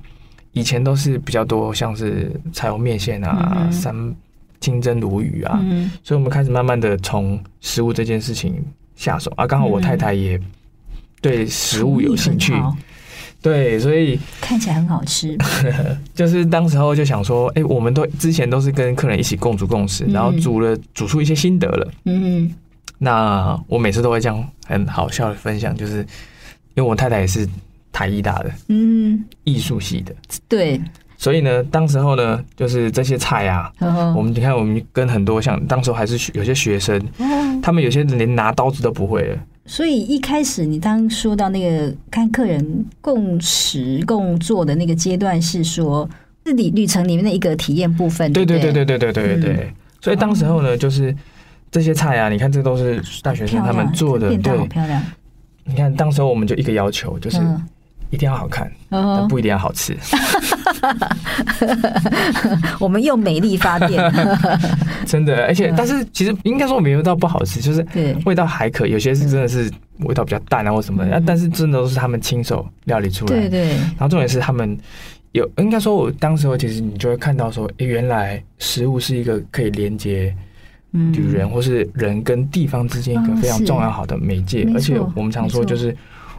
S3: 以前都是比较多像是柴油面线啊、
S2: 嗯哼
S3: 三清蒸鲈鱼啊，
S2: 嗯
S3: 所以我们开始慢慢的从食物这件事情下手啊。刚好我
S2: 嗯
S3: 太太也对食物有兴趣
S2: 厨艺，很好
S3: 对，所以
S2: 看起来很好吃。
S3: 就是当时候就想说，哎、我们都之前都是跟客人一起共煮共食，
S2: 嗯
S3: 然后煮了煮出一些心得了。
S2: 嗯哼，
S3: 那我每次都会这样很好笑的分享，就是因为我太太也是台艺大的
S2: 嗯
S3: 艺术系的，
S2: 哼，对，
S3: 所以呢，当时候呢，就是这些菜啊，
S2: 呵呵
S3: 我们你看我们跟很多像当时候还是学有些学生，
S2: 哦，
S3: 他们有些人连拿刀子都不会了，
S2: 所以一开始你当说到那个看客人共识共做的那个阶段，是说是旅旅程里面的一个体验部分。
S3: 对
S2: 对
S3: 对
S2: 不
S3: 对对对对对对
S2: 嗯
S3: 对，所以当时候呢，就是这些菜啊，你看这都是大学生
S2: 漂
S3: 他
S2: 亮啊
S3: 们做的，
S2: 变大好
S3: 对，
S2: 漂亮，
S3: 你看当时候我们就一个要求就是。
S2: 嗯，
S3: 一定要好看，但
S2: 嗯，
S3: 不一定要好吃。
S2: 我们用美丽发电，
S3: 真的，而且
S2: 嗯
S3: 但是其实应该说没有到不好吃，就是
S2: 对，
S3: 味道还可以，有些是真的是味道比较淡啊或什么的，
S2: 嗯
S3: 啊但是真的都是他们亲手料理出来。
S2: 对对，
S3: 然后重点是他们有，应该说我当时候其实你就会看到说，诶，原来食物是一个可以连接
S2: 嗯，
S3: 女人或是人跟地方之间一个
S2: 嗯
S3: 非常
S2: 是
S3: 重要好的媒介
S2: 没，错
S3: 而且我们常说
S2: 没错
S3: 就是。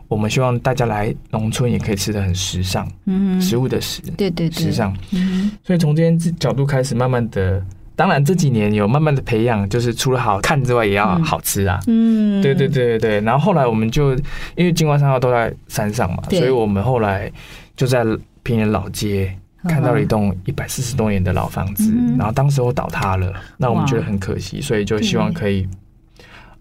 S3: 我们希望大家来农村也可以吃的很时尚，
S2: 嗯
S3: 食
S2: 哼，
S3: 物的食，
S2: 对对对，
S3: 时尚。
S2: 嗯哼，
S3: 所以从这些角度开始，慢慢的，当然这几年有慢慢的培养，就是除了好看之外，也要
S2: 嗯
S3: 好吃啊。
S2: 嗯，
S3: 对对，对对对。然后后来我们就因为金华三号都在山上嘛，
S2: 对
S3: 所以我们后来就在平原老街。看到了一栋一百四十多年的老房子，
S2: 嗯嗯哼
S3: 然后当时我倒塌了，那我们
S2: 哇
S3: 觉得很可惜，所以就希
S2: 对
S3: 望可以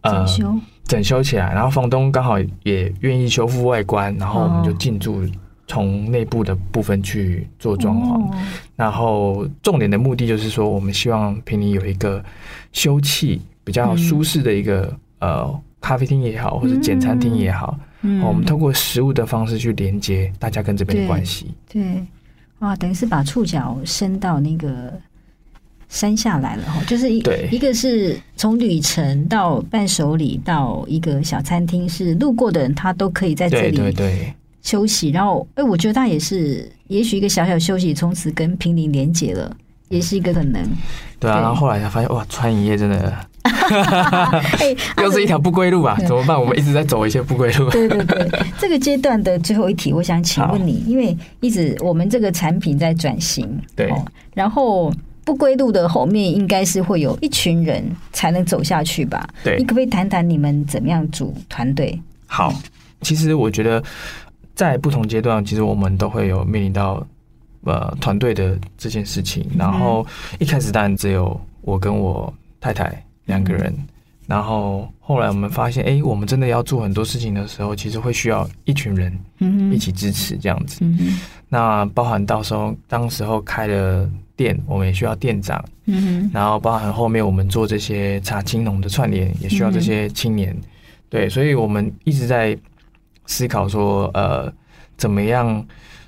S3: 呃
S2: 整修，
S3: 整修起来。然后房东刚好也愿意修复外观，然后我们就
S2: 哦
S3: 进驻从内部的部分去做装潢。
S2: 哦
S3: 然后重点的目的就是说，我们希望平林有一个休憩比较舒适的一个、呃咖啡厅也好，或者简餐厅也好，
S2: 嗯
S3: 哦我们透过食物的方式去连接大家跟这边
S2: 对
S3: 的关系。
S2: 对，哇，等于是把触角伸到那个山下来了哈，就是一
S3: 对
S2: 一个是从旅程到伴手礼到一个小餐厅，是路过的人他都可以在这
S3: 对对
S2: 里
S3: 对
S2: 休息，然后哎、我觉得它也是，也许一个小小休息，从此跟平林连结了，也是一个可能。
S3: 对啊，
S2: 对
S3: 然后后来才发现，哇，穿一夜真的
S2: 哎、
S3: 又是一条不归路啊！
S2: 对
S3: 怎么办？我们一直在走一些不归 路。
S2: 对对对，这个阶段的最后一题，我想请问你，因为一直我们这个产品在转型，哦
S3: 对
S2: 然后不归路的后面应该是会有一群人才能走下去吧？
S3: 对
S2: 你可不可以谈谈你们怎么样组团队？
S3: 好，其实我觉得在不同阶段，其实我们都会有面临到呃团队的这件事情。然后一开始当然只有我跟我太太两个人，然后后来我们发现，哎、我们真的要做很多事情的时候，其实会需要一群人
S2: 嗯
S3: 一起支持这样子。
S2: 嗯哼，
S3: 那包含到时候当时候开了店，我们也需要店长。
S2: 嗯哼，
S3: 然后包含后面我们做这些茶青农的串联，也需要这
S2: 嗯
S3: 些青年。对，所以我们一直在思考说，呃，怎么样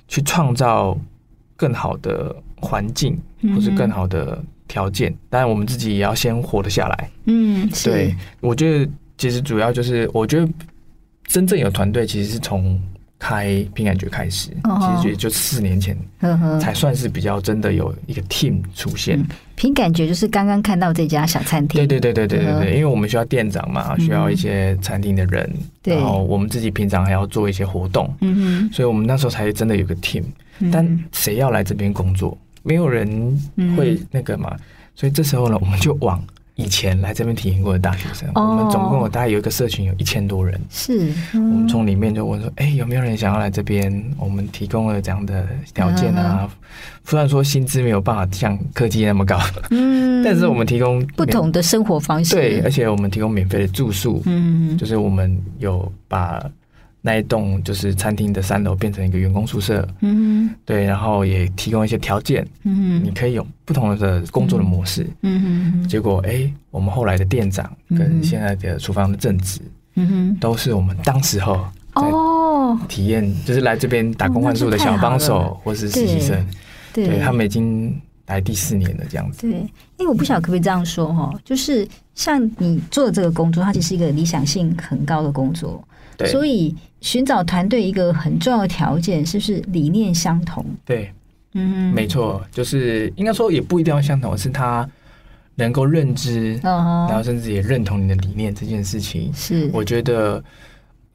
S3: 去创造更好的环境，
S2: 嗯
S3: 或是更好的条件。当然，我们自己也要先活得下来。
S2: 嗯，是
S3: 对，，我觉得其实主要就是，我觉得真正有团队其实是从开凭感觉开始，
S2: 哦
S3: 其实也就四年前
S2: 呵呵，
S3: 才算是比较真的有一个 team 出现。
S2: 凭感觉就是刚刚看到这家小餐厅，
S3: 对对对对对对对，因为我们需要店长嘛，
S2: 嗯
S3: 需要一些餐厅的人，
S2: 对
S3: 然后我们自己平常还要做一些活动，
S2: 嗯
S3: 所以我们那时候才真的有个 team。
S2: 哼，
S3: 但
S2: 嗯
S3: 谁要来这边工作？没有人会那个嘛，所以这时候呢，我们就往以前来这边体验过的大学生，
S2: 哦
S3: 我们总共有大概有一个社群有一千多人。
S2: 是，
S3: 我
S2: 嗯
S3: 们从里面就问说，哎、有没有人想要来这边？我们提供了这样的条件啊，虽然说薪资没有办法像科技那么高，
S2: 嗯
S3: 但是我们提供
S2: 不
S3: 免
S2: 同的生活方式，
S3: 对，而且我们提供免费的住宿，
S2: 嗯，
S3: 就是我们有把那一栋就是餐厅的三楼变成一个员工宿舍，
S2: 嗯哼
S3: 对，然后也提供一些条件，
S2: 嗯
S3: 你
S2: 哼
S3: 可以有不同的工作的模式。
S2: 嗯哼
S3: 结果，哎，我们后来的店长
S2: 嗯
S3: 跟现在的厨房的正职，
S2: 嗯
S3: 都是我们当时候
S2: 哼，哦，
S3: 体验，就是来这边打工换宿的小帮手或是实习生，
S2: 对，
S3: 对他们已经来第四年了这样子。
S2: 对，因为我不晓得可不可以这样说哈，就是像你做的这个工作，它其实是一个理想性很高的工作，
S3: 对
S2: 所以寻找团队一个很重要的条件，是不是理念相同？
S3: 对，
S2: 嗯
S3: 没错，就是应该说也不一定要相同，是他能够认知，
S2: 哼，嗯
S3: 然后
S2: 哼，
S3: 甚至也认同你的理念这件事情，
S2: 是，
S3: 我觉得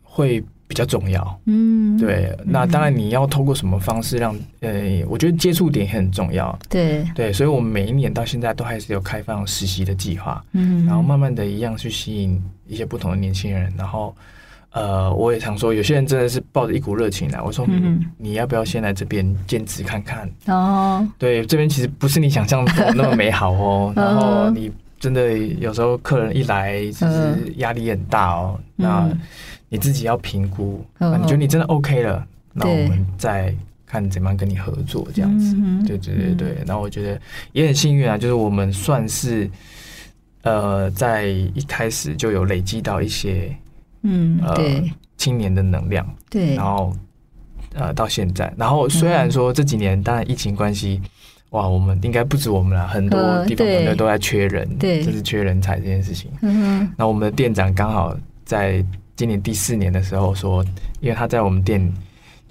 S3: 会比较重要。
S2: 嗯，
S3: 对，那当然你要透过什么方式让呃，我觉得接触点也很重要。
S2: 对，
S3: 对，所以我们每一年到现在都还是有开放实习的计划，
S2: 嗯，
S3: 然后慢慢的一样去吸引一些不同的年轻人，然后。呃，我也常说，有些人真的是抱着一股热情来。我说，
S2: 嗯哼
S3: 你要不要先来这边兼职看看？
S2: 哦，。
S3: 对，这边其实不是你想象中的那么美好 哦然后你真的有时候客人一来，其实压力很大哦。
S2: 嗯
S3: 那你自己要评估，
S2: 嗯
S3: 那你觉得你真的 OK 了，那
S2: 对
S3: 我们再看怎么样跟你合作这样子。
S2: 嗯哼
S3: 对对对对。然后我觉得也很幸运啊，就是我们算是呃在一开始就有累积到一些
S2: 嗯，
S3: 呃
S2: 对
S3: 青年的能量，
S2: 对
S3: 然，后呃到现在，然后虽然说这几年当然疫情关系，哇，我们应该不止我们啦，很多
S2: 呃
S3: 地方
S2: 对
S3: 团队都在缺人，
S2: 对
S3: 就是缺人才这件事情。
S2: 嗯哼，
S3: 那我们的店长刚好在今年第四年的时候说，因为他在我们店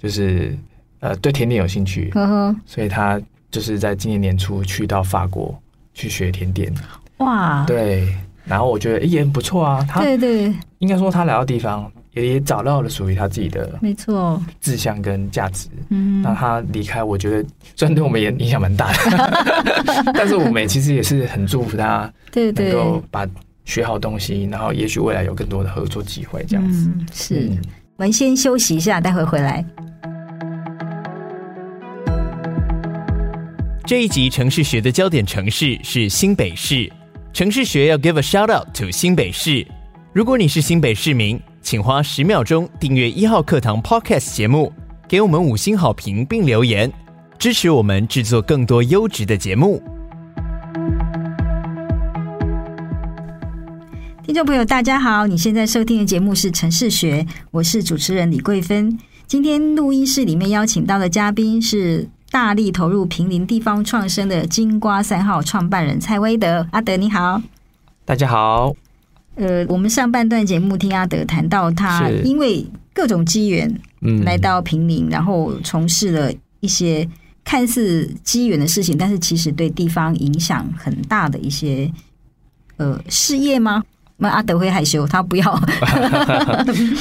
S3: 就是呃对甜点有兴趣，
S2: 呵呵，
S3: 所以他就是在今年年初去到法国去学甜点，
S2: 哇，
S3: 对。然后我觉得诶也很不错啊，他
S2: 对对，
S3: 应该说他来到地方也也找到了属于他自己的
S2: 没错，
S3: 志向跟价值，
S2: 嗯
S3: 那他离开，我觉得虽然对我们也影响蛮大的， 但是我们也其实也是很祝福他
S2: 对
S3: 能
S2: 对，
S3: 够把学好东西，然后也许未来有更多的合作机会这样子。
S2: 嗯，是。
S3: 嗯
S2: 我们先休息一下，待会回来。
S1: 这一集城市学的焦点城市是新北市，城市学要 give a shout out to 新北市。如果你是新北市民，请花十秒钟订阅一号课堂 podcast 节目，给我们五星好评并留言，支持我们制作更多优质的节目。
S2: 听众朋友，大家好，你现在收听的节目是《城市学》，我是主持人李桂芬。今天录音室里面邀请到的嘉宾是大力投入平林地方创生的金瓜三号创办人蔡威德。阿德你好，
S3: 大家好，
S2: 呃，我们上半段节目听阿德谈到他
S3: 是
S2: 因为各种机缘
S3: 嗯
S2: 来到平林，然后从事了一些看似机缘的事情，但是其实对地方影响很大的一些呃事业吗？那阿德会害羞，他不要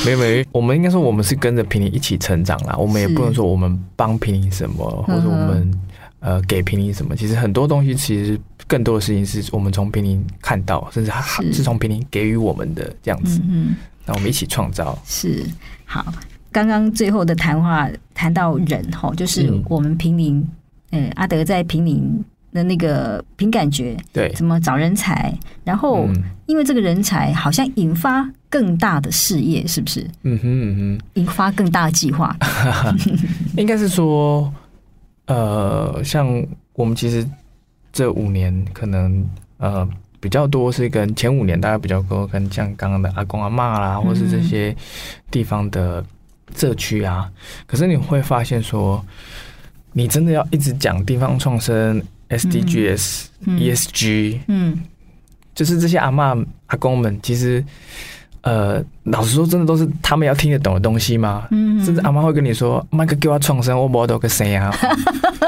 S3: 没有没有，我们应该说我们是跟着平林一起成长啦，我们也
S2: 是嗯
S3: 不能说我们帮平林什么，或者我们呃给平林什么。其实很多东西，其实更多的事情是我们从平林看到，甚至还
S2: 是
S3: 是从平林给予我们的这样子
S2: 嗯。嗯。
S3: 那我们一起创造，
S2: 是好，刚刚最后的谈话谈到人哈，就是
S3: 嗯
S2: 我们平林，嗯、阿德在平林的那个凭感觉
S3: 对，
S2: 怎么找人才，然后、
S3: 嗯
S2: 因为这个人才好像引发更大的事业，是不是？
S3: 嗯哼嗯
S2: 引发更大的计 划，
S3: 哼，应该是说，呃，像我们其实这五年可能呃比较多是跟前五年大家比较多跟像刚刚的阿公阿嬷啦，
S2: 嗯
S3: 或是这些地方的社区啊，可是你会发现说，你真的要一直讲地方创生、SDGs、
S2: 嗯
S3: ESG，
S2: 嗯
S3: E 就是这些阿嬷阿公们，其实呃，老实说，真的都是他们要听得懂的东西吗？
S2: 嗯，
S3: 甚至啊阿妈会跟你说：“妈个给我创生，我摸到个谁啊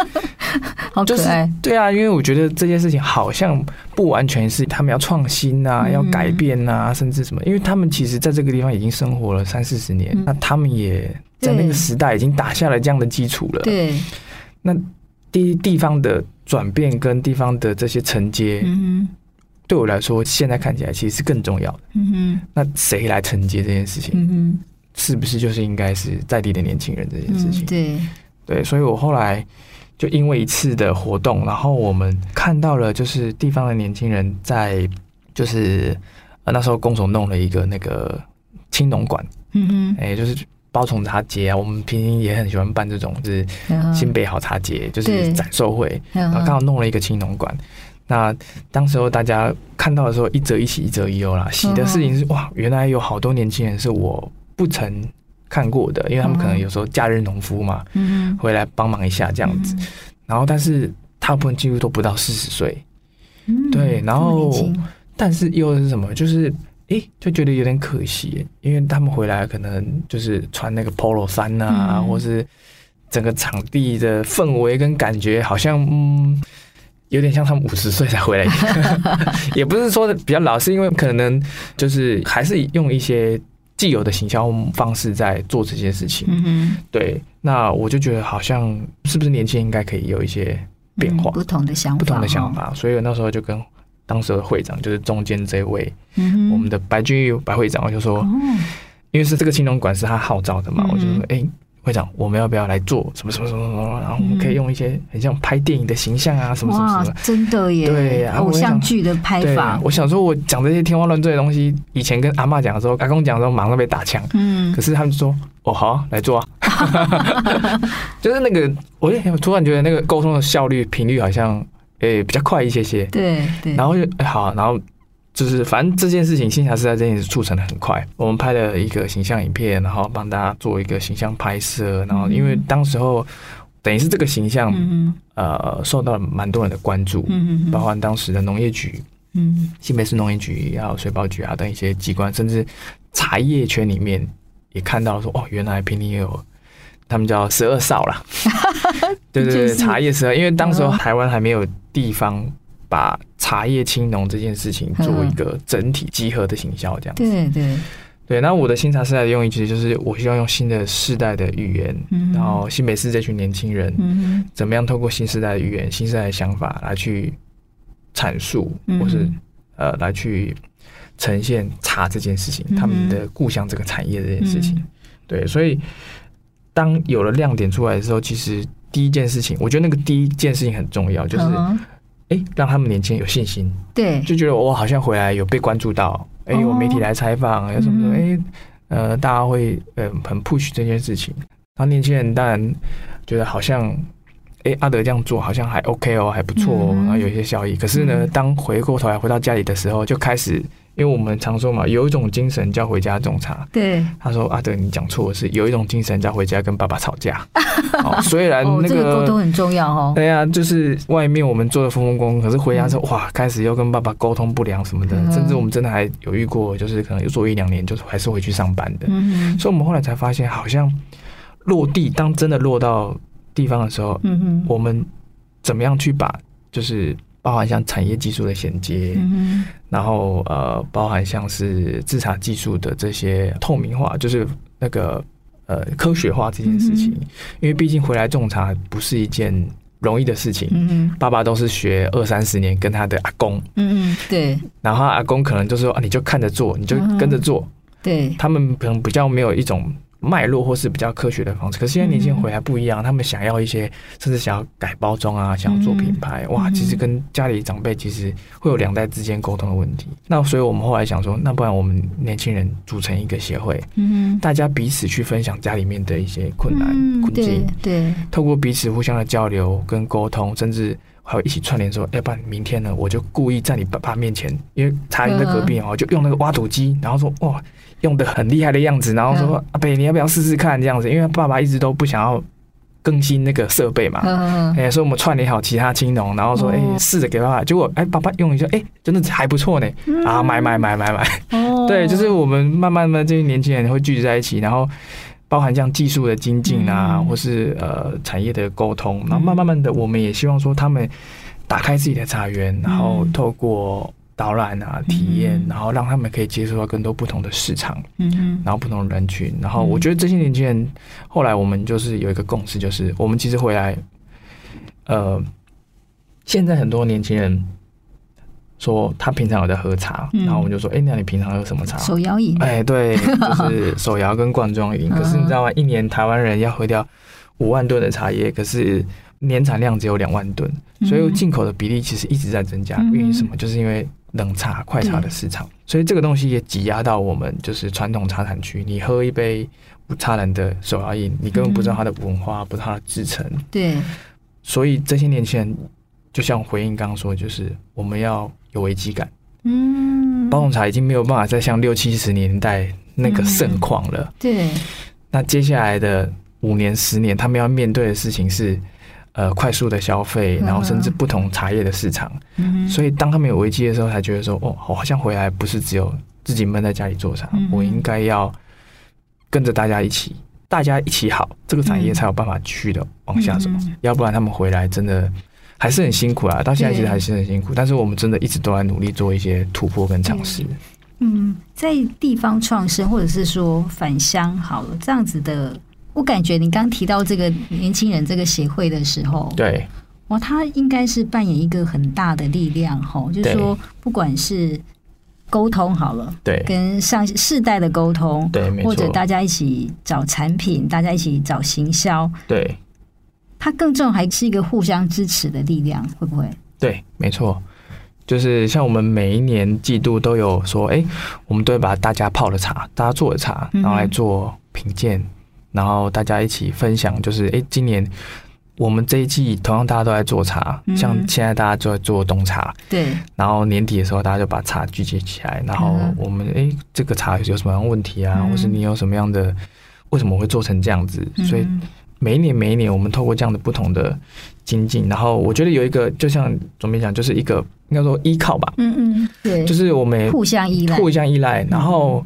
S2: 好？”
S3: 就
S2: 可
S3: 是
S2: 爱，
S3: 对啊，因为我觉得这件事情好像不完全是他们要创新啊，
S2: 嗯
S3: 要改变啊，甚至什么，因为他们其实在这个地方已经生活了三四十年，
S2: 嗯
S3: 那他们也在那个时代已经打下了这样的基础了。
S2: 对，
S3: 地地方的转变跟地方的这些承接，
S2: 嗯
S3: 对我来说，现在看起来其实是更重要的。
S2: 哼，嗯哼，
S3: 那谁来承接这件事情？
S2: 嗯哼，
S3: 是不是就是应该是在地的年轻人这件事情？
S2: 嗯，对，
S3: 对，所以我后来就因为一次的活动，然后我们看到了就是地方的年轻人在就是呃那时候工总弄了一个那个青农馆，
S2: 嗯
S3: 哎、就是。包虫茶节啊，我们平时也很喜欢办这种，就是
S2: 哼，然后，
S3: 新北好茶节，就
S2: 嗯对嗯
S3: 是展售会，
S2: 然
S3: 然后刚好弄了一个青农馆。那当时候大家看到的时候，一则一喜，一则一忧啦。喜的事情是哇，原来有好多年轻人是我不曾看过的，因为他们可能有时候假日农夫嘛，
S2: 嗯哼，嗯
S3: 回来帮忙一下这
S2: 这
S3: 样子。，然后，但是大部分几乎都不到四十岁，
S2: 嗯，
S3: 对然后
S2: 这么年轻
S3: 但是又是什么？就是诶，就觉得有点可惜，因为他们回来可能就是穿那个 polo 衫啊，
S2: 嗯
S3: 或是整个场地的氛围跟感觉，好像嗯。有点像他们五十岁才回来， 也不是说比较老，是因为可能就是还是用一些既有的行销方式在做这些事情。
S2: 嗯哼。
S3: 对，那我就觉得好像是不是年轻人应该可以有一些变化
S2: 嗯不同的想法，
S3: 不同的想
S2: 哦，
S3: 法，所以我那时候就跟当时的会长，就是中间这位、
S2: 嗯哼
S3: 我们的白君玉白会长，我就说，
S2: 哦，
S3: 因为是这个青龙馆是他号召的嘛，
S2: 嗯
S3: 我就说，哎、会长，我们要不要来做什么什么什么什么？然后我们可以用一些很像拍电影的形象啊，什么什么
S2: 哇
S3: 什么，。
S2: 真的耶！
S3: 对啊
S2: 偶
S3: 我也
S2: 像
S3: 想
S2: 剧的拍
S3: 对
S2: 法，，
S3: 我想说，我讲这些天花乱坠的东西，以前跟阿嬷讲的时候，阿公讲的时候，马上被打枪。
S2: 嗯
S3: 可是他们就说：“哦，好、啊，来做 啊！”就是那个，我也我突然觉得那个沟通的效率、频率好像诶、比较快一些些。
S2: 对对，
S3: 然后就、哎好，然后就是反正这件事情，新霞时代这件事促成的很快。我们拍了一个形象影片，然后帮大家做一个形象拍摄，然后因为当时候等于是这个形象、
S2: 嗯
S3: 呃受到了蛮多人的关注
S2: 嗯，嗯嗯，
S3: 包含当时的农业局、
S2: 嗯
S3: 新北市农业局还有水保局啊等一些机关，甚至茶叶圈里面也看到说，哦，原来平林也有，他们叫十二 少啦，对对
S2: 就
S3: 对，
S2: 是
S3: 茶叶十二，因为当时候
S2: 嗯
S3: 台湾还没有地方把茶叶青农这件事情做一个整体集合的行销，这样子。
S2: 嗯对对，
S3: 对，那我的新茶时代的用意其实就是我希望用新的世代的语言，
S2: 嗯
S3: 然后新北市这群年轻人，
S2: 嗯
S3: 怎么样透过新时代的语言、新时代的想法来去阐述，
S2: 嗯
S3: 或是呃来去呈现茶这件事情，
S2: 嗯哼
S3: 他们的故乡这个产业这件事情。
S2: 嗯
S3: 对，所以当有了亮点出来的时候，其实第一件事情，我觉得那个第一件事情很重要，就是哎、
S2: 嗯
S3: 诶让他们年轻人有信心，
S2: 对，
S3: 就觉得我好像回来有被关注到，哎、
S2: 哦嗯
S3: 有媒体来采访，有什么什么，哎、呃，大家会呃很 push 这件事情。然后年轻人当然觉得好像哎，阿德这样做好像还 OK 哦，还不错哦，
S2: 嗯
S3: 然后有一些效益。可是呢，
S2: 嗯
S3: 当回过头来回到家里的时候，就开始，因为我们常说嘛，有一种精神叫回家种茶。
S2: 对，
S3: 他说：“阿德，你讲错了，是有一种精神叫回家跟爸爸吵 架。哦、虽然
S2: 哦，
S3: 那
S2: 这个沟通很重要哦。
S3: 对呀，就是外面我们做的风风光，光，可是回家之后，哇，开始又跟爸爸沟通不良什么的，
S2: 嗯
S3: 甚至我们真的还有遇过，就是可能又做一两年，就是还是回去上班的。
S2: 嗯哼，
S3: 所以我们后来才发现，好像落地，当真的落到地方的时候，
S2: 嗯哼，
S3: 我们怎么样去把就是包含像产业技术的衔接，
S2: 嗯
S3: 然后呃，包含像是制茶技术的这些透明化，就是那个呃科学化这件事情，
S2: 嗯
S3: 因为毕竟回来种茶不是一件容易的事情
S2: 哼，。嗯哼，
S3: 爸爸都是学二三十年跟他的阿公，
S2: 嗯嗯，对
S3: 然后他阿公可能就说啊，你就看着做，你就跟着
S2: 嗯
S3: 做。
S2: 对，
S3: 他们可能比较没有一种脉络或是比较科学的方式。可是现在年轻人回来不一样，他们想要一些，甚至想要改包装啊，想要做品牌。哇，
S2: 嗯
S3: 其实跟家里长辈其实会有两代之间沟通的问题。那所以我们后来想说，那不然我们年轻人组成一个协会，
S2: 嗯哼，
S3: 大家彼此去分享家里面的一些困难、
S2: 嗯
S3: 困境
S2: 对，对，
S3: 透过彼此互相的交流跟沟通，甚至还有一起串联说，要不然明天呢，我就故意在你爸爸面前，因为茶园在隔壁哦，就用那个挖土机，然后说哇，用的很厉害的样子，然后说、啊阿北你要不要试试看这样子？因为爸爸一直都不想要更新那个设备嘛。
S2: 嗯
S3: 哎、所以我们串联好其他青农，然后说，哎、
S2: 哦
S3: 试着给爸爸，结果，哎、爸爸用一下，哎、真的还不错呢，
S2: 嗯
S3: 啊，买买买买买，
S2: 哦，
S3: 对，就是我们慢慢的这些年轻人会聚集在一起，然后包含像技术的精进啊，
S2: 嗯
S3: 或是呃产业的沟通，然后慢慢慢的，我们也希望说他们打开自己的茶园，然后透过导览啊、体验，
S2: 嗯
S3: 然后让他们可以接触到更多不同的市场，
S2: 嗯哼，
S3: 然后不同的人群，然后我觉得这些年轻人后来我们就是有一个共识，就是我们其实回来，呃，现在很多年轻人。说他平常有在喝茶，
S2: 嗯
S3: 然后我们就说，哎、那你平常喝什么茶？
S2: 手摇椅，
S3: 哎，对，就是手摇跟罐装 饮。可是你知
S2: 嗯
S3: 道吗？一年台湾人要喝掉五万吨的茶叶，可是年产量只有两万吨，所以进口的比例其实一直在增加。
S2: 嗯嗯哼
S3: 因为什么？就是因为冷茶、快茶的市场，所以这个东西也挤压到我们就是传统茶产区。你喝一杯无茶人的手摇饮，你根本
S2: 嗯
S3: 不知道它的文化，不知道它的制成。
S2: 对，
S3: 所以这些年轻人，就像回应刚刚说的，就是我们要有危机感。
S2: 嗯，
S3: 包种茶已经没有办法再像六七十年代那个盛况了。
S2: 对，
S3: 那接下来的五年、十年，他们要面对的事情是，呃，快速的消费，
S2: 嗯
S3: 然后甚至不同茶叶的市场。
S2: 嗯哼，
S3: 所以，当他们有危机的时候，才觉得说，哦，我好像回来不是只有自己闷在家里做茶，
S2: 嗯
S3: 我应该要跟着大家一起，大家一起好，这个产业
S2: 嗯
S3: 才有办法去的往下走。
S2: 嗯哼
S3: 要不然他们回来真的。还是很辛苦啊，到现在其实
S2: 对
S3: 还是很辛苦，但是我们真的一直都在努力做一些突破跟尝试。
S2: 嗯，在地方创生或者是说返乡好了，这样子的，我感觉你刚提到这个年轻人这个协会的时候，
S3: 对，
S2: 哇，他应该是扮演一个很大的力量吼，就是
S3: 对
S2: 说不管是沟通好了，
S3: 对，
S2: 跟上世代的沟通，
S3: 对，没
S2: 或者
S3: 错，
S2: 大家一起找产品，大家一起找行销，
S3: 对，
S2: 它更重还是一个互相支持的力量，会不会？
S3: 对，没错，就是像我们每一年季度都有说，哎、我们都会把大家泡的茶、大家做的茶，
S2: 嗯哼
S3: 然后来做品鉴，然后大家一起分享，就是哎、诶今年。我们这一季同样大家都在做茶，
S2: 嗯哼
S3: 像现在大家都在做冬茶，
S2: 对，
S3: 然后年底的时候大家就把茶聚集起来，然后
S2: 嗯哼
S3: 我们哎、诶这个茶有什么样的问题啊，
S2: 嗯
S3: 或是你有什么样的为什么会做成这样子，所以
S2: 嗯
S3: 每一年每一年，我们透过这样的不同的精进，然后我觉得有一个，就像总编讲，就是一个应该说依靠吧，
S2: 嗯嗯，对，
S3: 就是我们也
S2: 互相依赖，
S3: 互相依赖。然后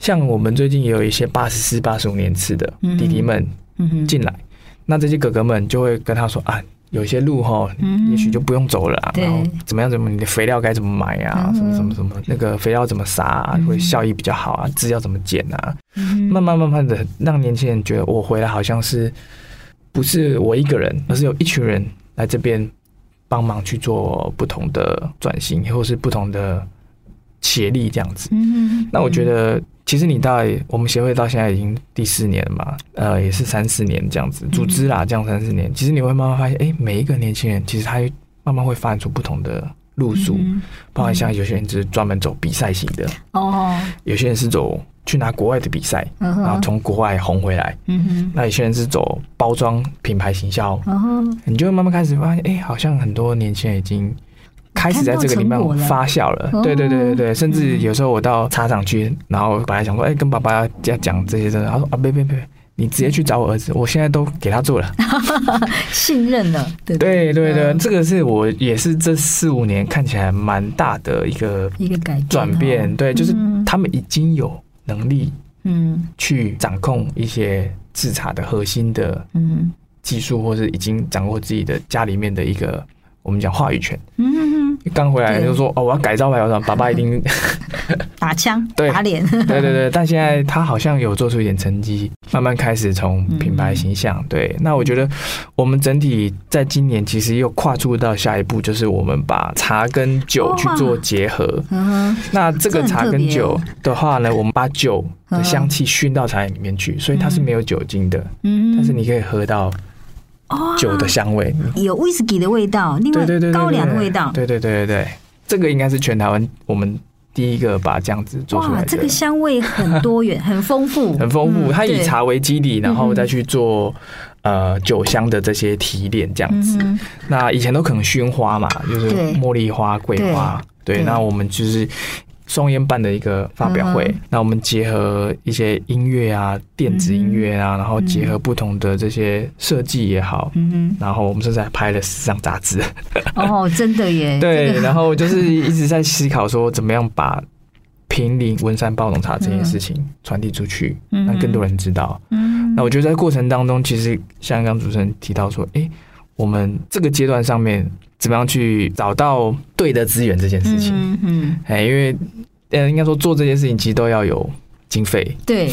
S3: 像我们最近也有一些八十四、八十五年次的
S2: 嗯
S3: 弟弟们
S2: 嗯哼
S3: 进来，那这些哥哥们就会跟他说啊，有一些路哈。
S2: 嗯
S3: 也许就不用走了、啊，
S2: 对
S3: 然后怎么样？怎么你的肥料该怎么买啊？
S2: 嗯
S3: 什么什么什么，那个肥料怎么撒、啊
S2: 嗯
S3: 会效益比较好啊？枝要怎么剪啊？
S2: 嗯
S3: 慢慢慢慢的让年轻人觉得我回来好像是不是我一个人，而是有一群人来这边帮忙去做不同的转型，或是不同的协力这样子。
S2: 嗯，
S3: 那我觉得，其实你到我们协会到现在已经第四年了嘛，呃，也是三四年这样子组织啦，这样三四年，其实你会慢慢发现，哎、每一个年轻人其实他慢慢会发展出不同的路
S2: 不
S3: 数，包含像有些人就是专门走比赛型的，
S2: 哦，
S3: 有些人是走去拿国外的比赛，
S2: 嗯
S3: 然后
S2: 哼，
S3: 从国外红回来。
S2: 嗯
S3: 那有些人是走包装品牌行销，
S2: 哼，然后
S3: 你就会慢慢开始发现，哎、好像很多年轻人已经开始在这个里
S2: 看到成果了
S3: 面发酵了。
S2: 哦
S3: 对对对对对，甚至有时候我到茶厂去，然后本来想说，哎、跟爸爸要讲这些真的，他说啊，别别别，你直接去找我儿子，我现在都给 他做了。
S2: 信任了，对
S3: 对对对，
S2: 嗯
S3: 这个是我也是这四五年看起来蛮大的一个
S2: 一个改变哦
S3: 转变，，对，就是
S2: 嗯
S3: 他们已经有能力
S2: 嗯
S3: 去掌控一些制茶的核心的
S2: 嗯
S3: 技术，或是已经掌握自己的家里面的一个我们讲话语权。
S2: 嗯，
S3: 刚回来就说哦，我要改招牌油厂，爸爸 一定
S2: 打枪
S3: 对
S2: 打脸，
S3: 对对对。但现在他好像有做出一点成绩，
S2: 嗯
S3: 慢慢开始从品牌形象。对，那我觉得我们整体在今年其实又跨出到下一步，就是我们把茶跟酒去做结合。
S2: 嗯哼，
S3: 那这个茶跟
S2: 哦这
S3: 酒
S2: 很
S3: 的话呢，我们把酒的香气熏到茶饮里面去，所以它是没有酒精的，
S2: 嗯哼，
S3: 但是你可以喝到
S2: 哦
S3: 酒的香味。
S2: 有 whisky 的味道，另外
S3: 对对对，对
S2: 高粱的味道，
S3: 对对对对对，这个应该是全台湾我们第一个把这样子做出来
S2: 哇，
S3: 的。
S2: 这个香味很多 元，很丰富，
S3: 很丰富，
S2: 嗯
S3: 它以
S2: 对嗯
S3: 茶为基底，然后再去做呃酒香的这些提炼这样子。
S2: 嗯哼
S3: 那以前都可能熏花嘛，就是
S2: 对
S3: 茉莉花、桂花，对。
S2: 对
S3: 那我们就是松烟办的一个发表会
S2: 嗯，
S3: 那我们结合一些音乐啊、电子音乐啊，然后结合不同的这些设计也好，
S2: 嗯
S3: 然后我们甚至还拍了时尚杂志。
S2: 哼，哦，真的耶，这
S3: 对，
S2: 个
S3: 然后就是一直在思考说，怎么样把平林文山爆浓茶这件事情传递出去，
S2: 嗯
S3: 让更多人知道。
S2: 嗯
S3: 那我觉得在过程当中，其实像刚刚主持人提到说，诶，我们这个阶段上面怎么样去找到对的资源这件事情？
S2: 嗯嗯，
S3: 哎、因为呃，应该说做这件事情其实都要有经费。
S2: 对，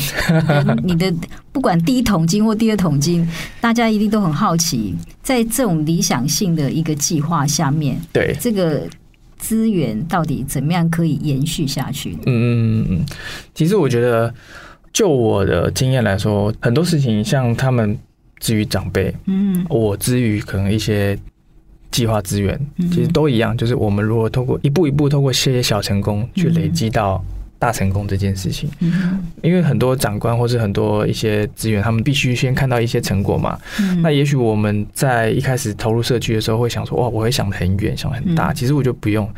S2: 你的不管第一桶金或第二桶金，大家一定都很好奇，在这种理想性的一个计划下面，
S3: 对，
S2: 这个资源到底怎么样可以延续下去？
S3: 嗯嗯嗯嗯，其实我觉得，就我的经验来说，很多事情像他们至于长辈，
S2: 嗯
S3: 我之于可能一些计划资源，
S2: 嗯
S3: 其实都一样，就是我们如何透过一步一步透过一些小成功去累积到大成功这件事情。
S2: 嗯
S3: 因为很多长官或是很多一些资源，他们必须先看到一些成果嘛。
S2: 嗯
S3: 那也许我们在一开始投入社区的时候，会想说哇，我会想得很远，想得很大。
S2: 嗯
S3: 其实我就不用。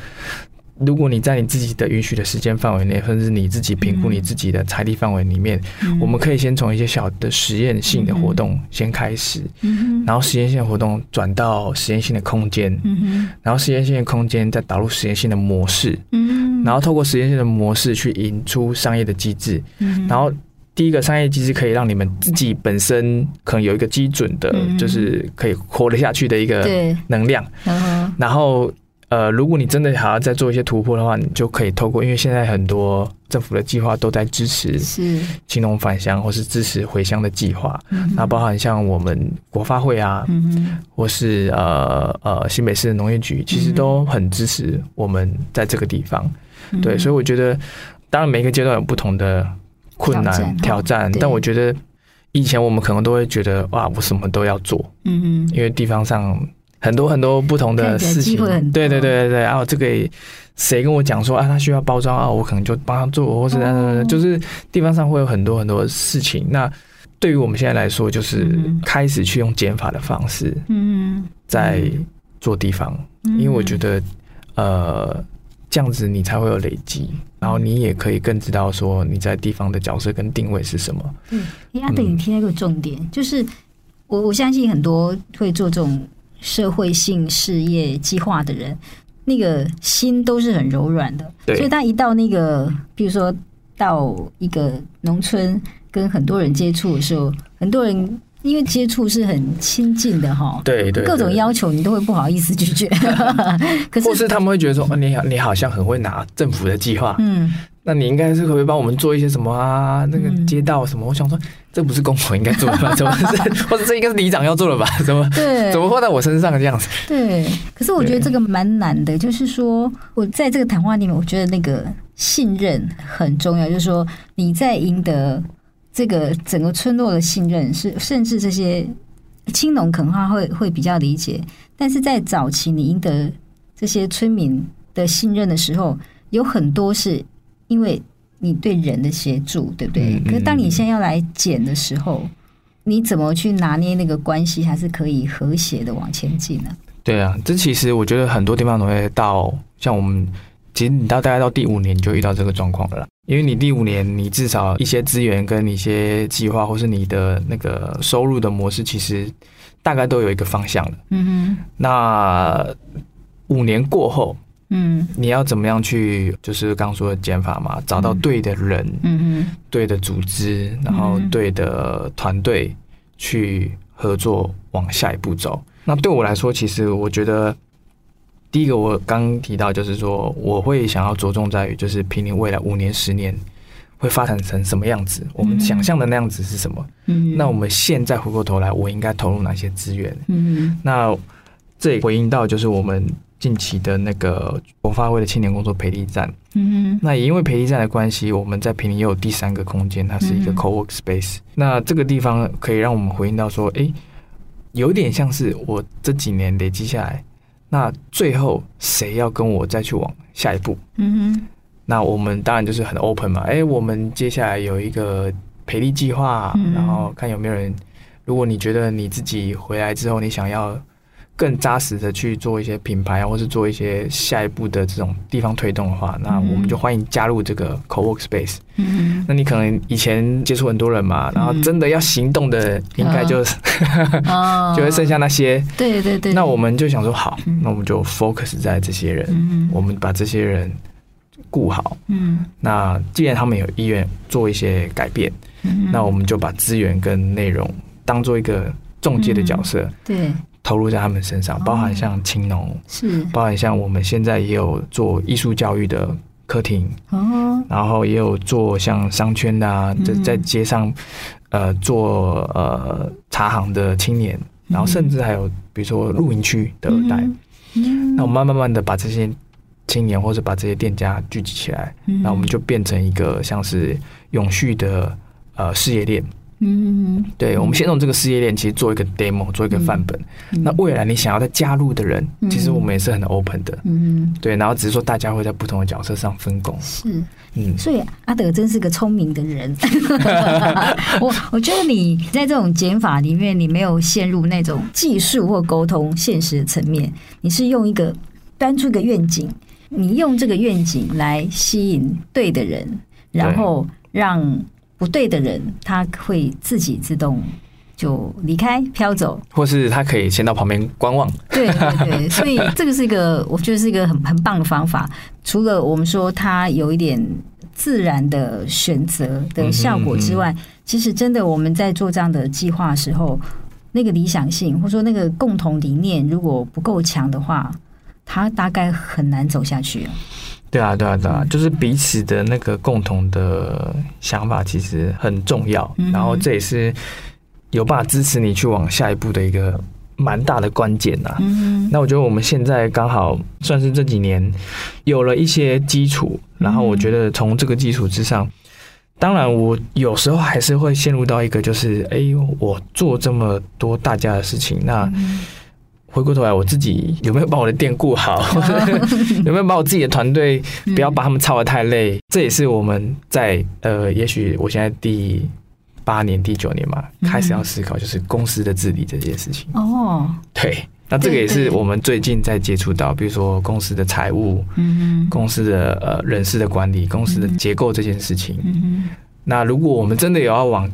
S3: 如果你在你自己的允许的时间范围内，甚至你自己评估
S2: 嗯
S3: 你自己的财力范围里面，我们可以先从一些小的实验性的活动先开始，
S2: 嗯哼
S3: 然后实验性的活动转到实验性的空间，
S2: 嗯哼
S3: 然后实验性的空间再导入实验性的模式，
S2: 嗯
S3: 然后透过实验性的模式去引出商业的机制，
S2: 嗯
S3: 然后。第一个商业机制可以让你们自己本身可能有一个基准的，
S2: 嗯
S3: 就是可以活得下去的一个
S2: 对，
S3: 能量。
S2: 然后
S3: 然后，呃，如果你真的还要再做一些突破的话，你就可以透过，因为现在很多政府的计划都在支持
S2: 是，
S3: 青农返乡或是支持回乡的计划，
S2: 嗯
S3: 那包含像我们国发会啊，
S2: 嗯哼
S3: 或是呃呃新北市的农业局，其实都很支持我们在这个地方。
S2: 嗯
S3: 对，所以我觉得，当然每个阶段有不同的困难
S2: 挑战
S3: 挑战，
S2: 对
S3: 但我觉得以前我们可能都会觉得哇，我什么都要做，
S2: 嗯哼
S3: 因为地方上很多很多不同的
S2: 看起来
S3: 事情
S2: 机会很，多
S3: 对对对对对，啊，这个谁跟我讲说啊，他需要包装啊，我可能就帮他做，或是、
S2: 哦
S3: 就是地方上会有很多很多的事情。那对于我们现在来说，就是
S2: 嗯哼
S3: 开始去用减法的方式，
S2: 嗯
S3: 在做地方，
S2: 哼，
S3: 因为我觉得，呃，这样子你才会有累积，然后你也可以更知道说你在地方的角色跟定位是什么。
S2: 哎，阿德，
S3: 嗯
S2: 你提到一个重点，就是我我相信很多会做这种社会性事业计划的人，那个心都是很柔软的，
S3: 对
S2: 所以他一到那个，比如说到一个农村跟很多人接触的时候，很多人因为接触是很亲近的哈，
S3: 对对，
S2: 各种要求你都会不好意思拒绝， 可
S3: 或
S2: 是
S3: 是他们会觉得说，哦，你好，你好像很会拿政府的计划，
S2: 嗯，
S3: 那你应该是可不可以帮我们做一些什么啊？那个
S2: 嗯
S3: 街道什么？我想说，这不是公所应该做的吧？ 怎么是，或者这应该是里长要做的吧？怎么
S2: 对，
S3: 怎么会到我身上这样子？
S2: 对，可是我觉得
S3: 对
S2: 这个蛮难的，就是说我在这个谈话里面，我觉得那个信任很重要，就是说你在赢得这个整个村落的信任，是甚至这些青农可能他会会比较理解，但是在早期你赢得这些村民的信任的时候，有很多是因为。你对人的协助，对不对？
S3: 嗯嗯
S2: 可是当你现在要来减的时候，你怎么去拿捏那个关系，还是可以和谐的往前进呢、
S3: 对啊，这其实我觉得很多地方都会到，像我们，其实你到大概到第五年就遇到这个状况了啦。因为你第五年，你至少一些资源跟你一些计划，或是你的那个收入的模式，其实大概都有一个方向了。
S2: 嗯哼，
S3: 那五年过后，
S2: 嗯
S3: 你要怎么样去，就是刚说的减法嘛，找到对的人、
S2: 嗯
S3: 对的组织，然后
S2: 嗯
S3: 对的团队去合作往下一步走。那对我来说，其实我觉得第一个我刚提到就是说，我会想要着重在于就是评定未来五年、十年会发展成什么样子，我们
S2: 嗯
S3: 想象的那样子是什么。
S2: 哼，嗯，
S3: 那我们现在回过头来，我应该投入哪些资源？
S2: 嗯
S3: 那这也回应到就是我们近期的那个国发会的青年工作培力站。
S2: 哼嗯哼
S3: 那也因为培力站的关系，我们在平林也有第三个空间，它是一个
S2: 嗯
S3: co-work space、那这个地方可以让我们回应到说，诶，有点像是我这几年累积下来，那最后谁要跟我再去往下一步？
S2: 嗯哼
S3: 那我们当然就是很 open 嘛，诶，我们接下来有一个培力计划，
S2: 嗯
S3: 然后看有没有人，如果你觉得你自己回来之后，你想要。更扎实的去做一些品牌啊，或是做一些下一步的这种地方推动的话，那我们就欢迎加入这个 co-work space。
S2: 嗯
S3: 那你可能以前接触很多人嘛，然后
S2: 嗯
S3: 真的要行动的，应该就、
S2: 哼，哦
S3: 就会剩下那些。
S2: 对对对，
S3: 那我们就想说，好
S2: 嗯，
S3: 那我们就 focus 在这些人，
S2: 嗯
S3: 我们把这些人顾好。
S2: 嗯
S3: 那既然他们有意愿做一些改变，
S2: 嗯哼，
S3: 那我们就把资源跟内容当做一个中介的角色、
S2: 对
S3: 投入在他们身上
S2: 嗯哦，
S3: 包含像青农，
S2: 是
S3: 包含像我们现在也有做艺术教育的课厅，
S2: 哦，
S3: 然后也有做像商圈的啊，在
S2: 嗯
S3: 在街上，呃，做呃茶行的青年，然后甚至还有比如说露营区的二代。
S2: 嗯嗯哼，
S3: 那我们慢慢慢的把这些青年或者把这些店家聚集起来，
S2: 嗯
S3: 那我们就变成一个像是永续的呃事业链。
S2: 嗯哼
S3: 对，我们先从这个事业链其实做一个 demo，做一个范本。
S2: 嗯
S3: 那未来你想要再加入的人，其实我们也是很 open 的。
S2: 嗯哼
S3: 对，然后只是说大家会在不同的角色上分工。
S2: 是。
S3: 嗯，
S2: 所以阿德真是个聪明的人。 我我觉得你在这种减法里面，你没有陷入那种技术或沟通现实的层面，你是用一个端出一个愿景，你用这个愿景来吸引对的人，然后让不对的人他会自己自动就离开飘走。
S3: 或是他可以先到旁边观望。
S2: 对对对，所以这个是一个，我觉得是一个很很棒的方法。除了我们说它有一点自然的选择的效果之外，其实真的我们在做这样的计划的时候，那个理想性或者说那个共同理念如果不够强的话，它大概很难走下去。
S3: 对啊，对啊，对啊，就是彼此的那个共同的想法其实很重要，
S2: 嗯
S3: 然后这也是有办法支持你去往下一步的一个蛮大的关键啊呐、
S2: 嗯
S3: 那我觉得我们现在刚好算是这几年有了一些基础，然后我觉得从这个基础之上，当然我有时候还是会陷入到一个就是，哎，我做这么多大家的事情，
S2: 嗯
S3: 那回过头来我自己有没有把我的店顾好， 有没有把我自己的团队不要把他们操得太累？这也是我们在呃，也许我现在第八年、第九年嘛，开始要思考就是公司的治理这件事情。
S2: 哦，
S3: 对，那这个也
S2: 对
S3: 是
S2: 对
S3: 我们最近在接触到，比如说公司的财务、
S2: 嗯
S3: 公司的呃人事的管理、公司的结构这件事情。
S2: 嗯
S3: 那如果我们真的有要往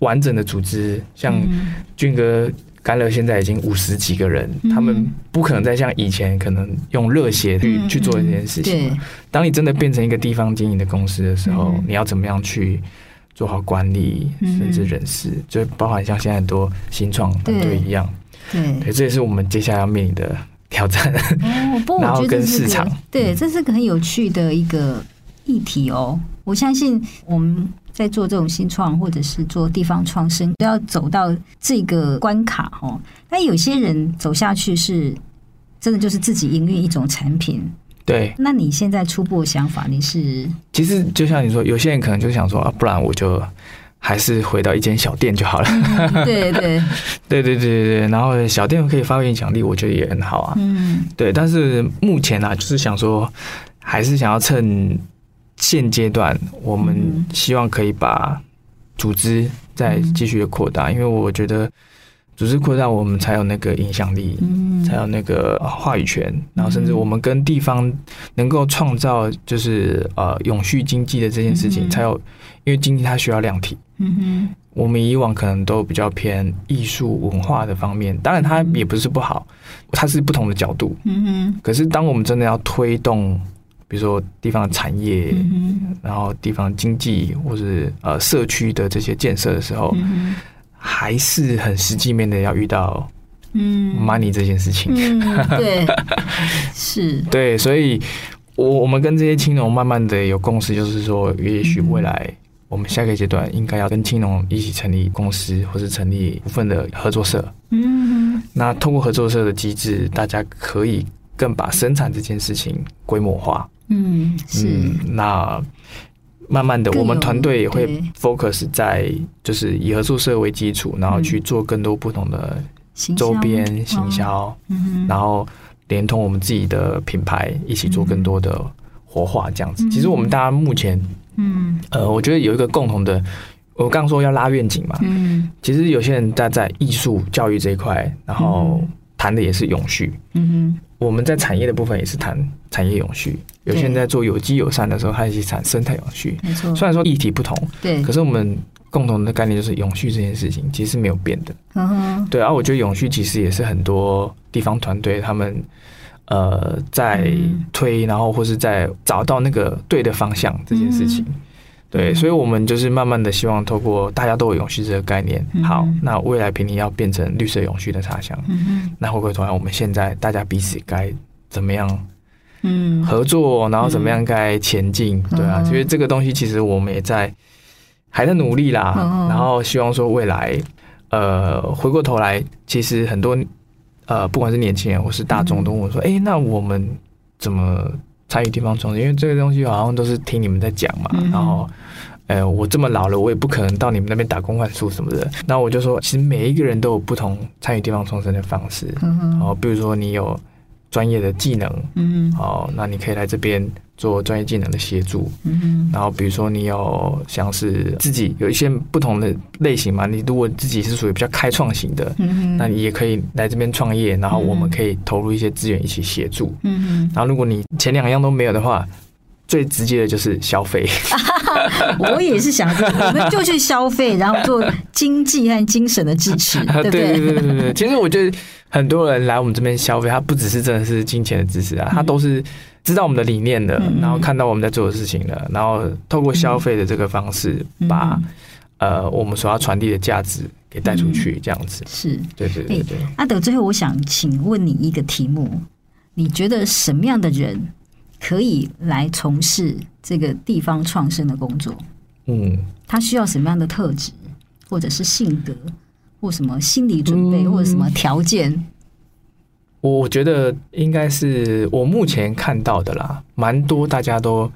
S3: 完整的组织，像
S2: 嗯
S3: 俊哥。甘乐现在已经五十几个人，
S2: 嗯
S3: 他们不可能再像以前可能用热血去、去做这件事情。
S2: 嗯对，
S3: 当你真的变成一个地方经营的公司的时候，
S2: 嗯
S3: 你要怎么样去做好管理，
S2: 嗯
S3: 甚至人事，就包含像现在很多新创团队
S2: 对
S3: 一样，
S2: 对，
S3: 对，这也是我们接下来要面临的 挑战。
S2: 哦，不过
S3: 然
S2: 我
S3: 后
S2: 觉得
S3: 跟
S2: 这是
S3: 市
S2: 个
S3: 场嗯
S2: 对，这是个很有趣的一个议题哦。我相信我们在做这种新创或者是做地方创生，都要走到这个关卡哦。但有些人走下去是真的就是自己营运一种产品。
S3: 对，
S2: 那你现在初步的想法，你 是
S3: 其实就像你说，有些人可能就想说啊，不然我就还是回到一间小店就好 了。
S2: 对对，
S3: 对对对对对，然后小店可以发挥影响力，我觉得也很好啊。
S2: 嗯
S3: 对，但是目前啊，就是想说，还是想要趁现阶段我们
S2: 嗯
S3: 希望可以把组织再继续的扩大，因为我觉得组织扩大，我们才有那个影响力，
S2: 嗯
S3: 才有那个呃话语权，然后甚至我们跟地方能够创造就是呃永续经济的这件事
S2: 嗯
S3: 情，
S2: 哼
S3: 才有，因为经济它需要量体。
S2: 嗯哼，
S3: 我们以往可能都比较偏艺术文化的方面，当然它也不是不好，它是不同的角度。
S2: 嗯哼，
S3: 可是当我们真的要推动，比如说地方的产业，
S2: 嗯哼，
S3: 然后地方经济或是呃社区的这些建设的时候，
S2: 嗯哼，
S3: 还是很实际面的要遇到
S2: 嗯
S3: money 这件事情。
S2: 嗯， 对，是，
S3: 对，所以我我们跟这些青农慢慢的有共识，就是说，也许未来我们下个阶段应该要跟青农一起成立公司，或是成立部分的合作社。
S2: 嗯哼，
S3: 那通过合作社的机制，大家可以更把生产这件事情规模化。
S2: 嗯，是，
S3: 嗯，那慢慢的，
S2: 更有
S3: 我们团队也会
S2: 对
S3: focus 在就是以合作社为基础，然后去
S2: 嗯
S3: 做更多不同的
S2: 行销
S3: 周边行
S2: 哦
S3: 销，
S2: 嗯哼，
S3: 然后连同我们自己的品牌一起做更多的活化，这样子。
S2: 嗯
S3: 其实我们大家目前，
S2: 嗯
S3: 呃，我觉得有一个共同的，我刚刚说要拉愿景嘛，
S2: 嗯
S3: 其实有些人在在艺术教育这一块，然后
S2: 嗯
S3: 谈的也是永续。
S2: 嗯哼，
S3: 我们在产业的部分也是谈产业永续，有些人
S2: 对
S3: 在做有机友善的时候，他也是谈生态永续。
S2: 没错，
S3: 虽然说议题不同，
S2: 对，
S3: 可是我们共同的概念就是永续这件事情其实是没有变的。
S2: 嗯哼，
S3: 对啊，我觉得永续其实也是很多地方团队他们呃在
S2: 嗯
S3: 推，然后或是在找到那个对的方向这件事
S2: 嗯
S3: 情。对，所以我们就是慢慢的希望透过大家都有永续这个概念，
S2: 嗯
S3: 好，那未来平林要变成绿色永续的茶乡，
S2: 嗯哼，
S3: 那回过头来，我们现在大家彼此该怎么样
S2: 嗯，
S3: 合作，然后怎么样该前进，
S2: 嗯
S3: 对啊，
S2: 嗯
S3: 因为这个东西其实我们也在还在努力啦，
S2: 嗯
S3: 然后希望说未来，呃，回过头来，其实很多呃，不管是年轻人或是大众都问我
S2: 嗯
S3: 说，哎、那我们怎么参与地方创新？因为这个东西好像都是听你们在讲嘛，
S2: 嗯
S3: 然后。呃，我这么老了，我也不可能到你们那边打工换宿什么的。那我就说，其实每一个人都有不同参与地方创生的方式。
S2: 嗯哼，
S3: 哦，比如说你有专业的技能，
S2: 嗯哼，
S3: 哦，那你可以来这边做专业技能的协助。
S2: 嗯哼，
S3: 然后比如说你有像是自己有一些不同的类型嘛，你如果自己是属于比较开创型的，
S2: 嗯哼，
S3: 那你也可以来这边创业，然后我们可以投入一些资源一起协助。
S2: 嗯
S3: 然后如果你前两样都没有的话，最直接的就是消费。
S2: 嗯哼，我也是想说，我们就去消费，然后做经济和精神的支 持，对不
S3: 啊对对对对对，其实我觉得很多人来我们这边消费，他不只是真的是金钱的支持啊，他都是知道我们的理念的，
S2: 嗯
S3: 然后看到我们在做的事情了，然后透过消费的这个方式
S2: 嗯
S3: 把，呃我们所要传递的价值给带出
S2: 嗯
S3: 去，这样子。
S2: 是。
S3: 对对对对，
S2: 阿德，最后我想请问你一个题目：你觉得什么样的人可以来从事这个地方创生的工作？
S3: 嗯，
S2: 他需要什么样的特质，或者是性格，或什么心理准备，
S3: 嗯
S2: 或者什么条件？
S3: 我我觉得应该是我目前看到的啦，蛮多大家都。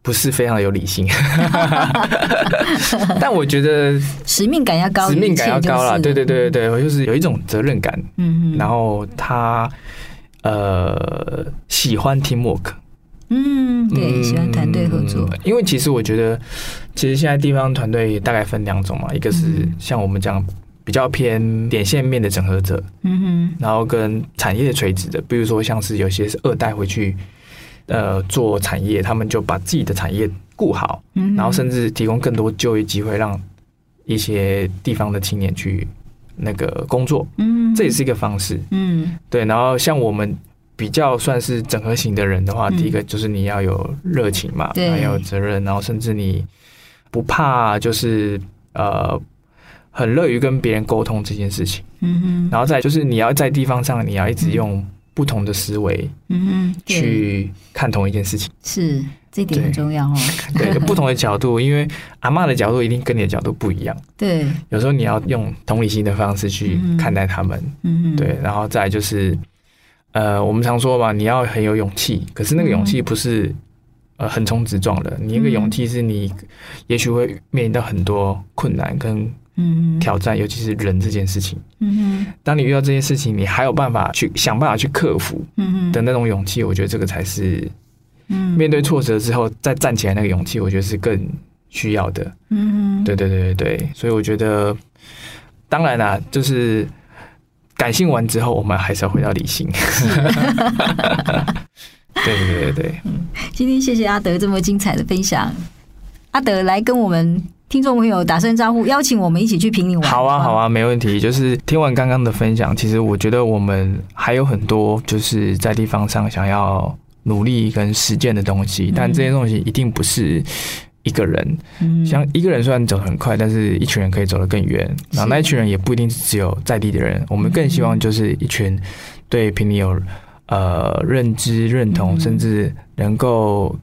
S3: 不是非常有 理性，但我觉得
S2: 使命感要高，
S3: 使命感要高啦。
S2: 一切
S3: 对
S2: 就是
S3: 对对对，对，我就是有一种责任感，
S2: 嗯
S3: 然后他呃喜欢 teamwork，
S2: 嗯，对，
S3: 嗯
S2: 喜欢团队合作，
S3: 因为其实我觉得，其实现在地方团队大概分两种嘛，一个是
S2: 嗯
S3: 像我们这样比较偏点线面的整合者，
S2: 嗯
S3: 然后跟产业垂直的，比如说像是有些是二代回去呃做产业，他们就把自己的产业顾好，
S2: 哼，嗯哼，
S3: 然后甚至提供更多就业机会，让一些地方的青年去那个工作，
S2: 嗯，
S3: 这也是一个方式。
S2: 嗯
S3: 对，然后像我们比较算是整合型的人的话，
S2: 嗯
S3: 第一个就是你要有热情嘛，
S2: 对
S3: 还有责任，然后甚至你不怕就是呃。很乐于跟别人沟通这件事情，
S2: 嗯哼，
S3: 然后再就是你要在地方上，你要一直用不同的思维
S2: 嗯哼，嗯对
S3: 去看同一件事情，
S2: 是这点很
S3: 对
S2: 重要哦，
S3: 对， 不同的角度，因为阿嬷的角度一定跟你的角度不一样，
S2: 对，
S3: 有时候你要用同理心的方式去
S2: 嗯
S3: 看待他们，
S2: 嗯哼，
S3: 对，然后再来就是，呃，我们常说嘛，你要很有勇气，可是那个勇气不是、呃横冲直撞的，你那个
S2: 嗯
S3: 勇气是你也许会面临到很多困难跟
S2: 嗯哼，
S3: 挑战，尤其是人这件事情。
S2: 嗯哼，
S3: 当你遇到这些事情，你还有办法去想办法去克服
S2: 嗯哼，
S3: 的那种勇气，我觉得这个才是
S2: 嗯
S3: 面对挫折之后再站起来那个勇气，我觉得是更需要的。
S2: 嗯，
S3: 对对对对对，所以我觉得，当然啦、就是感性完之后，我们还是要回到理性。对对对对对，
S2: 今天谢谢阿德这么精彩的分享，阿德来跟我们听众朋友打声招呼，邀请我们一起去平岭玩。
S3: 好啊
S2: 吗
S3: 好，啊，没问题。就是听完刚刚的分享，其实我觉得我们还有很多就是在地方上想要努力跟实践的东西，但这些东西一定不是。一个人，
S2: 嗯
S3: 像一个人虽然走得很快，但是一群人可以走得更远。然后那一群人也不一定是只有在地的人，我们更希望就是一群对平里有呃认知、认同，
S2: 嗯
S3: 甚至能够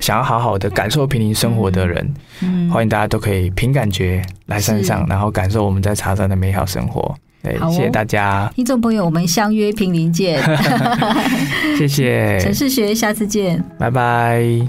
S3: 想要好好的感受平林生活的人。
S2: 嗯
S3: 欢迎大家都可以凭感觉来山上，然后感受我们在茶山的美好生活。对，
S2: 好哦
S3: 谢谢大家，
S2: 听众朋友，我们相约平林见，
S3: 谢谢，
S2: 城市学，下次见。
S3: 拜拜。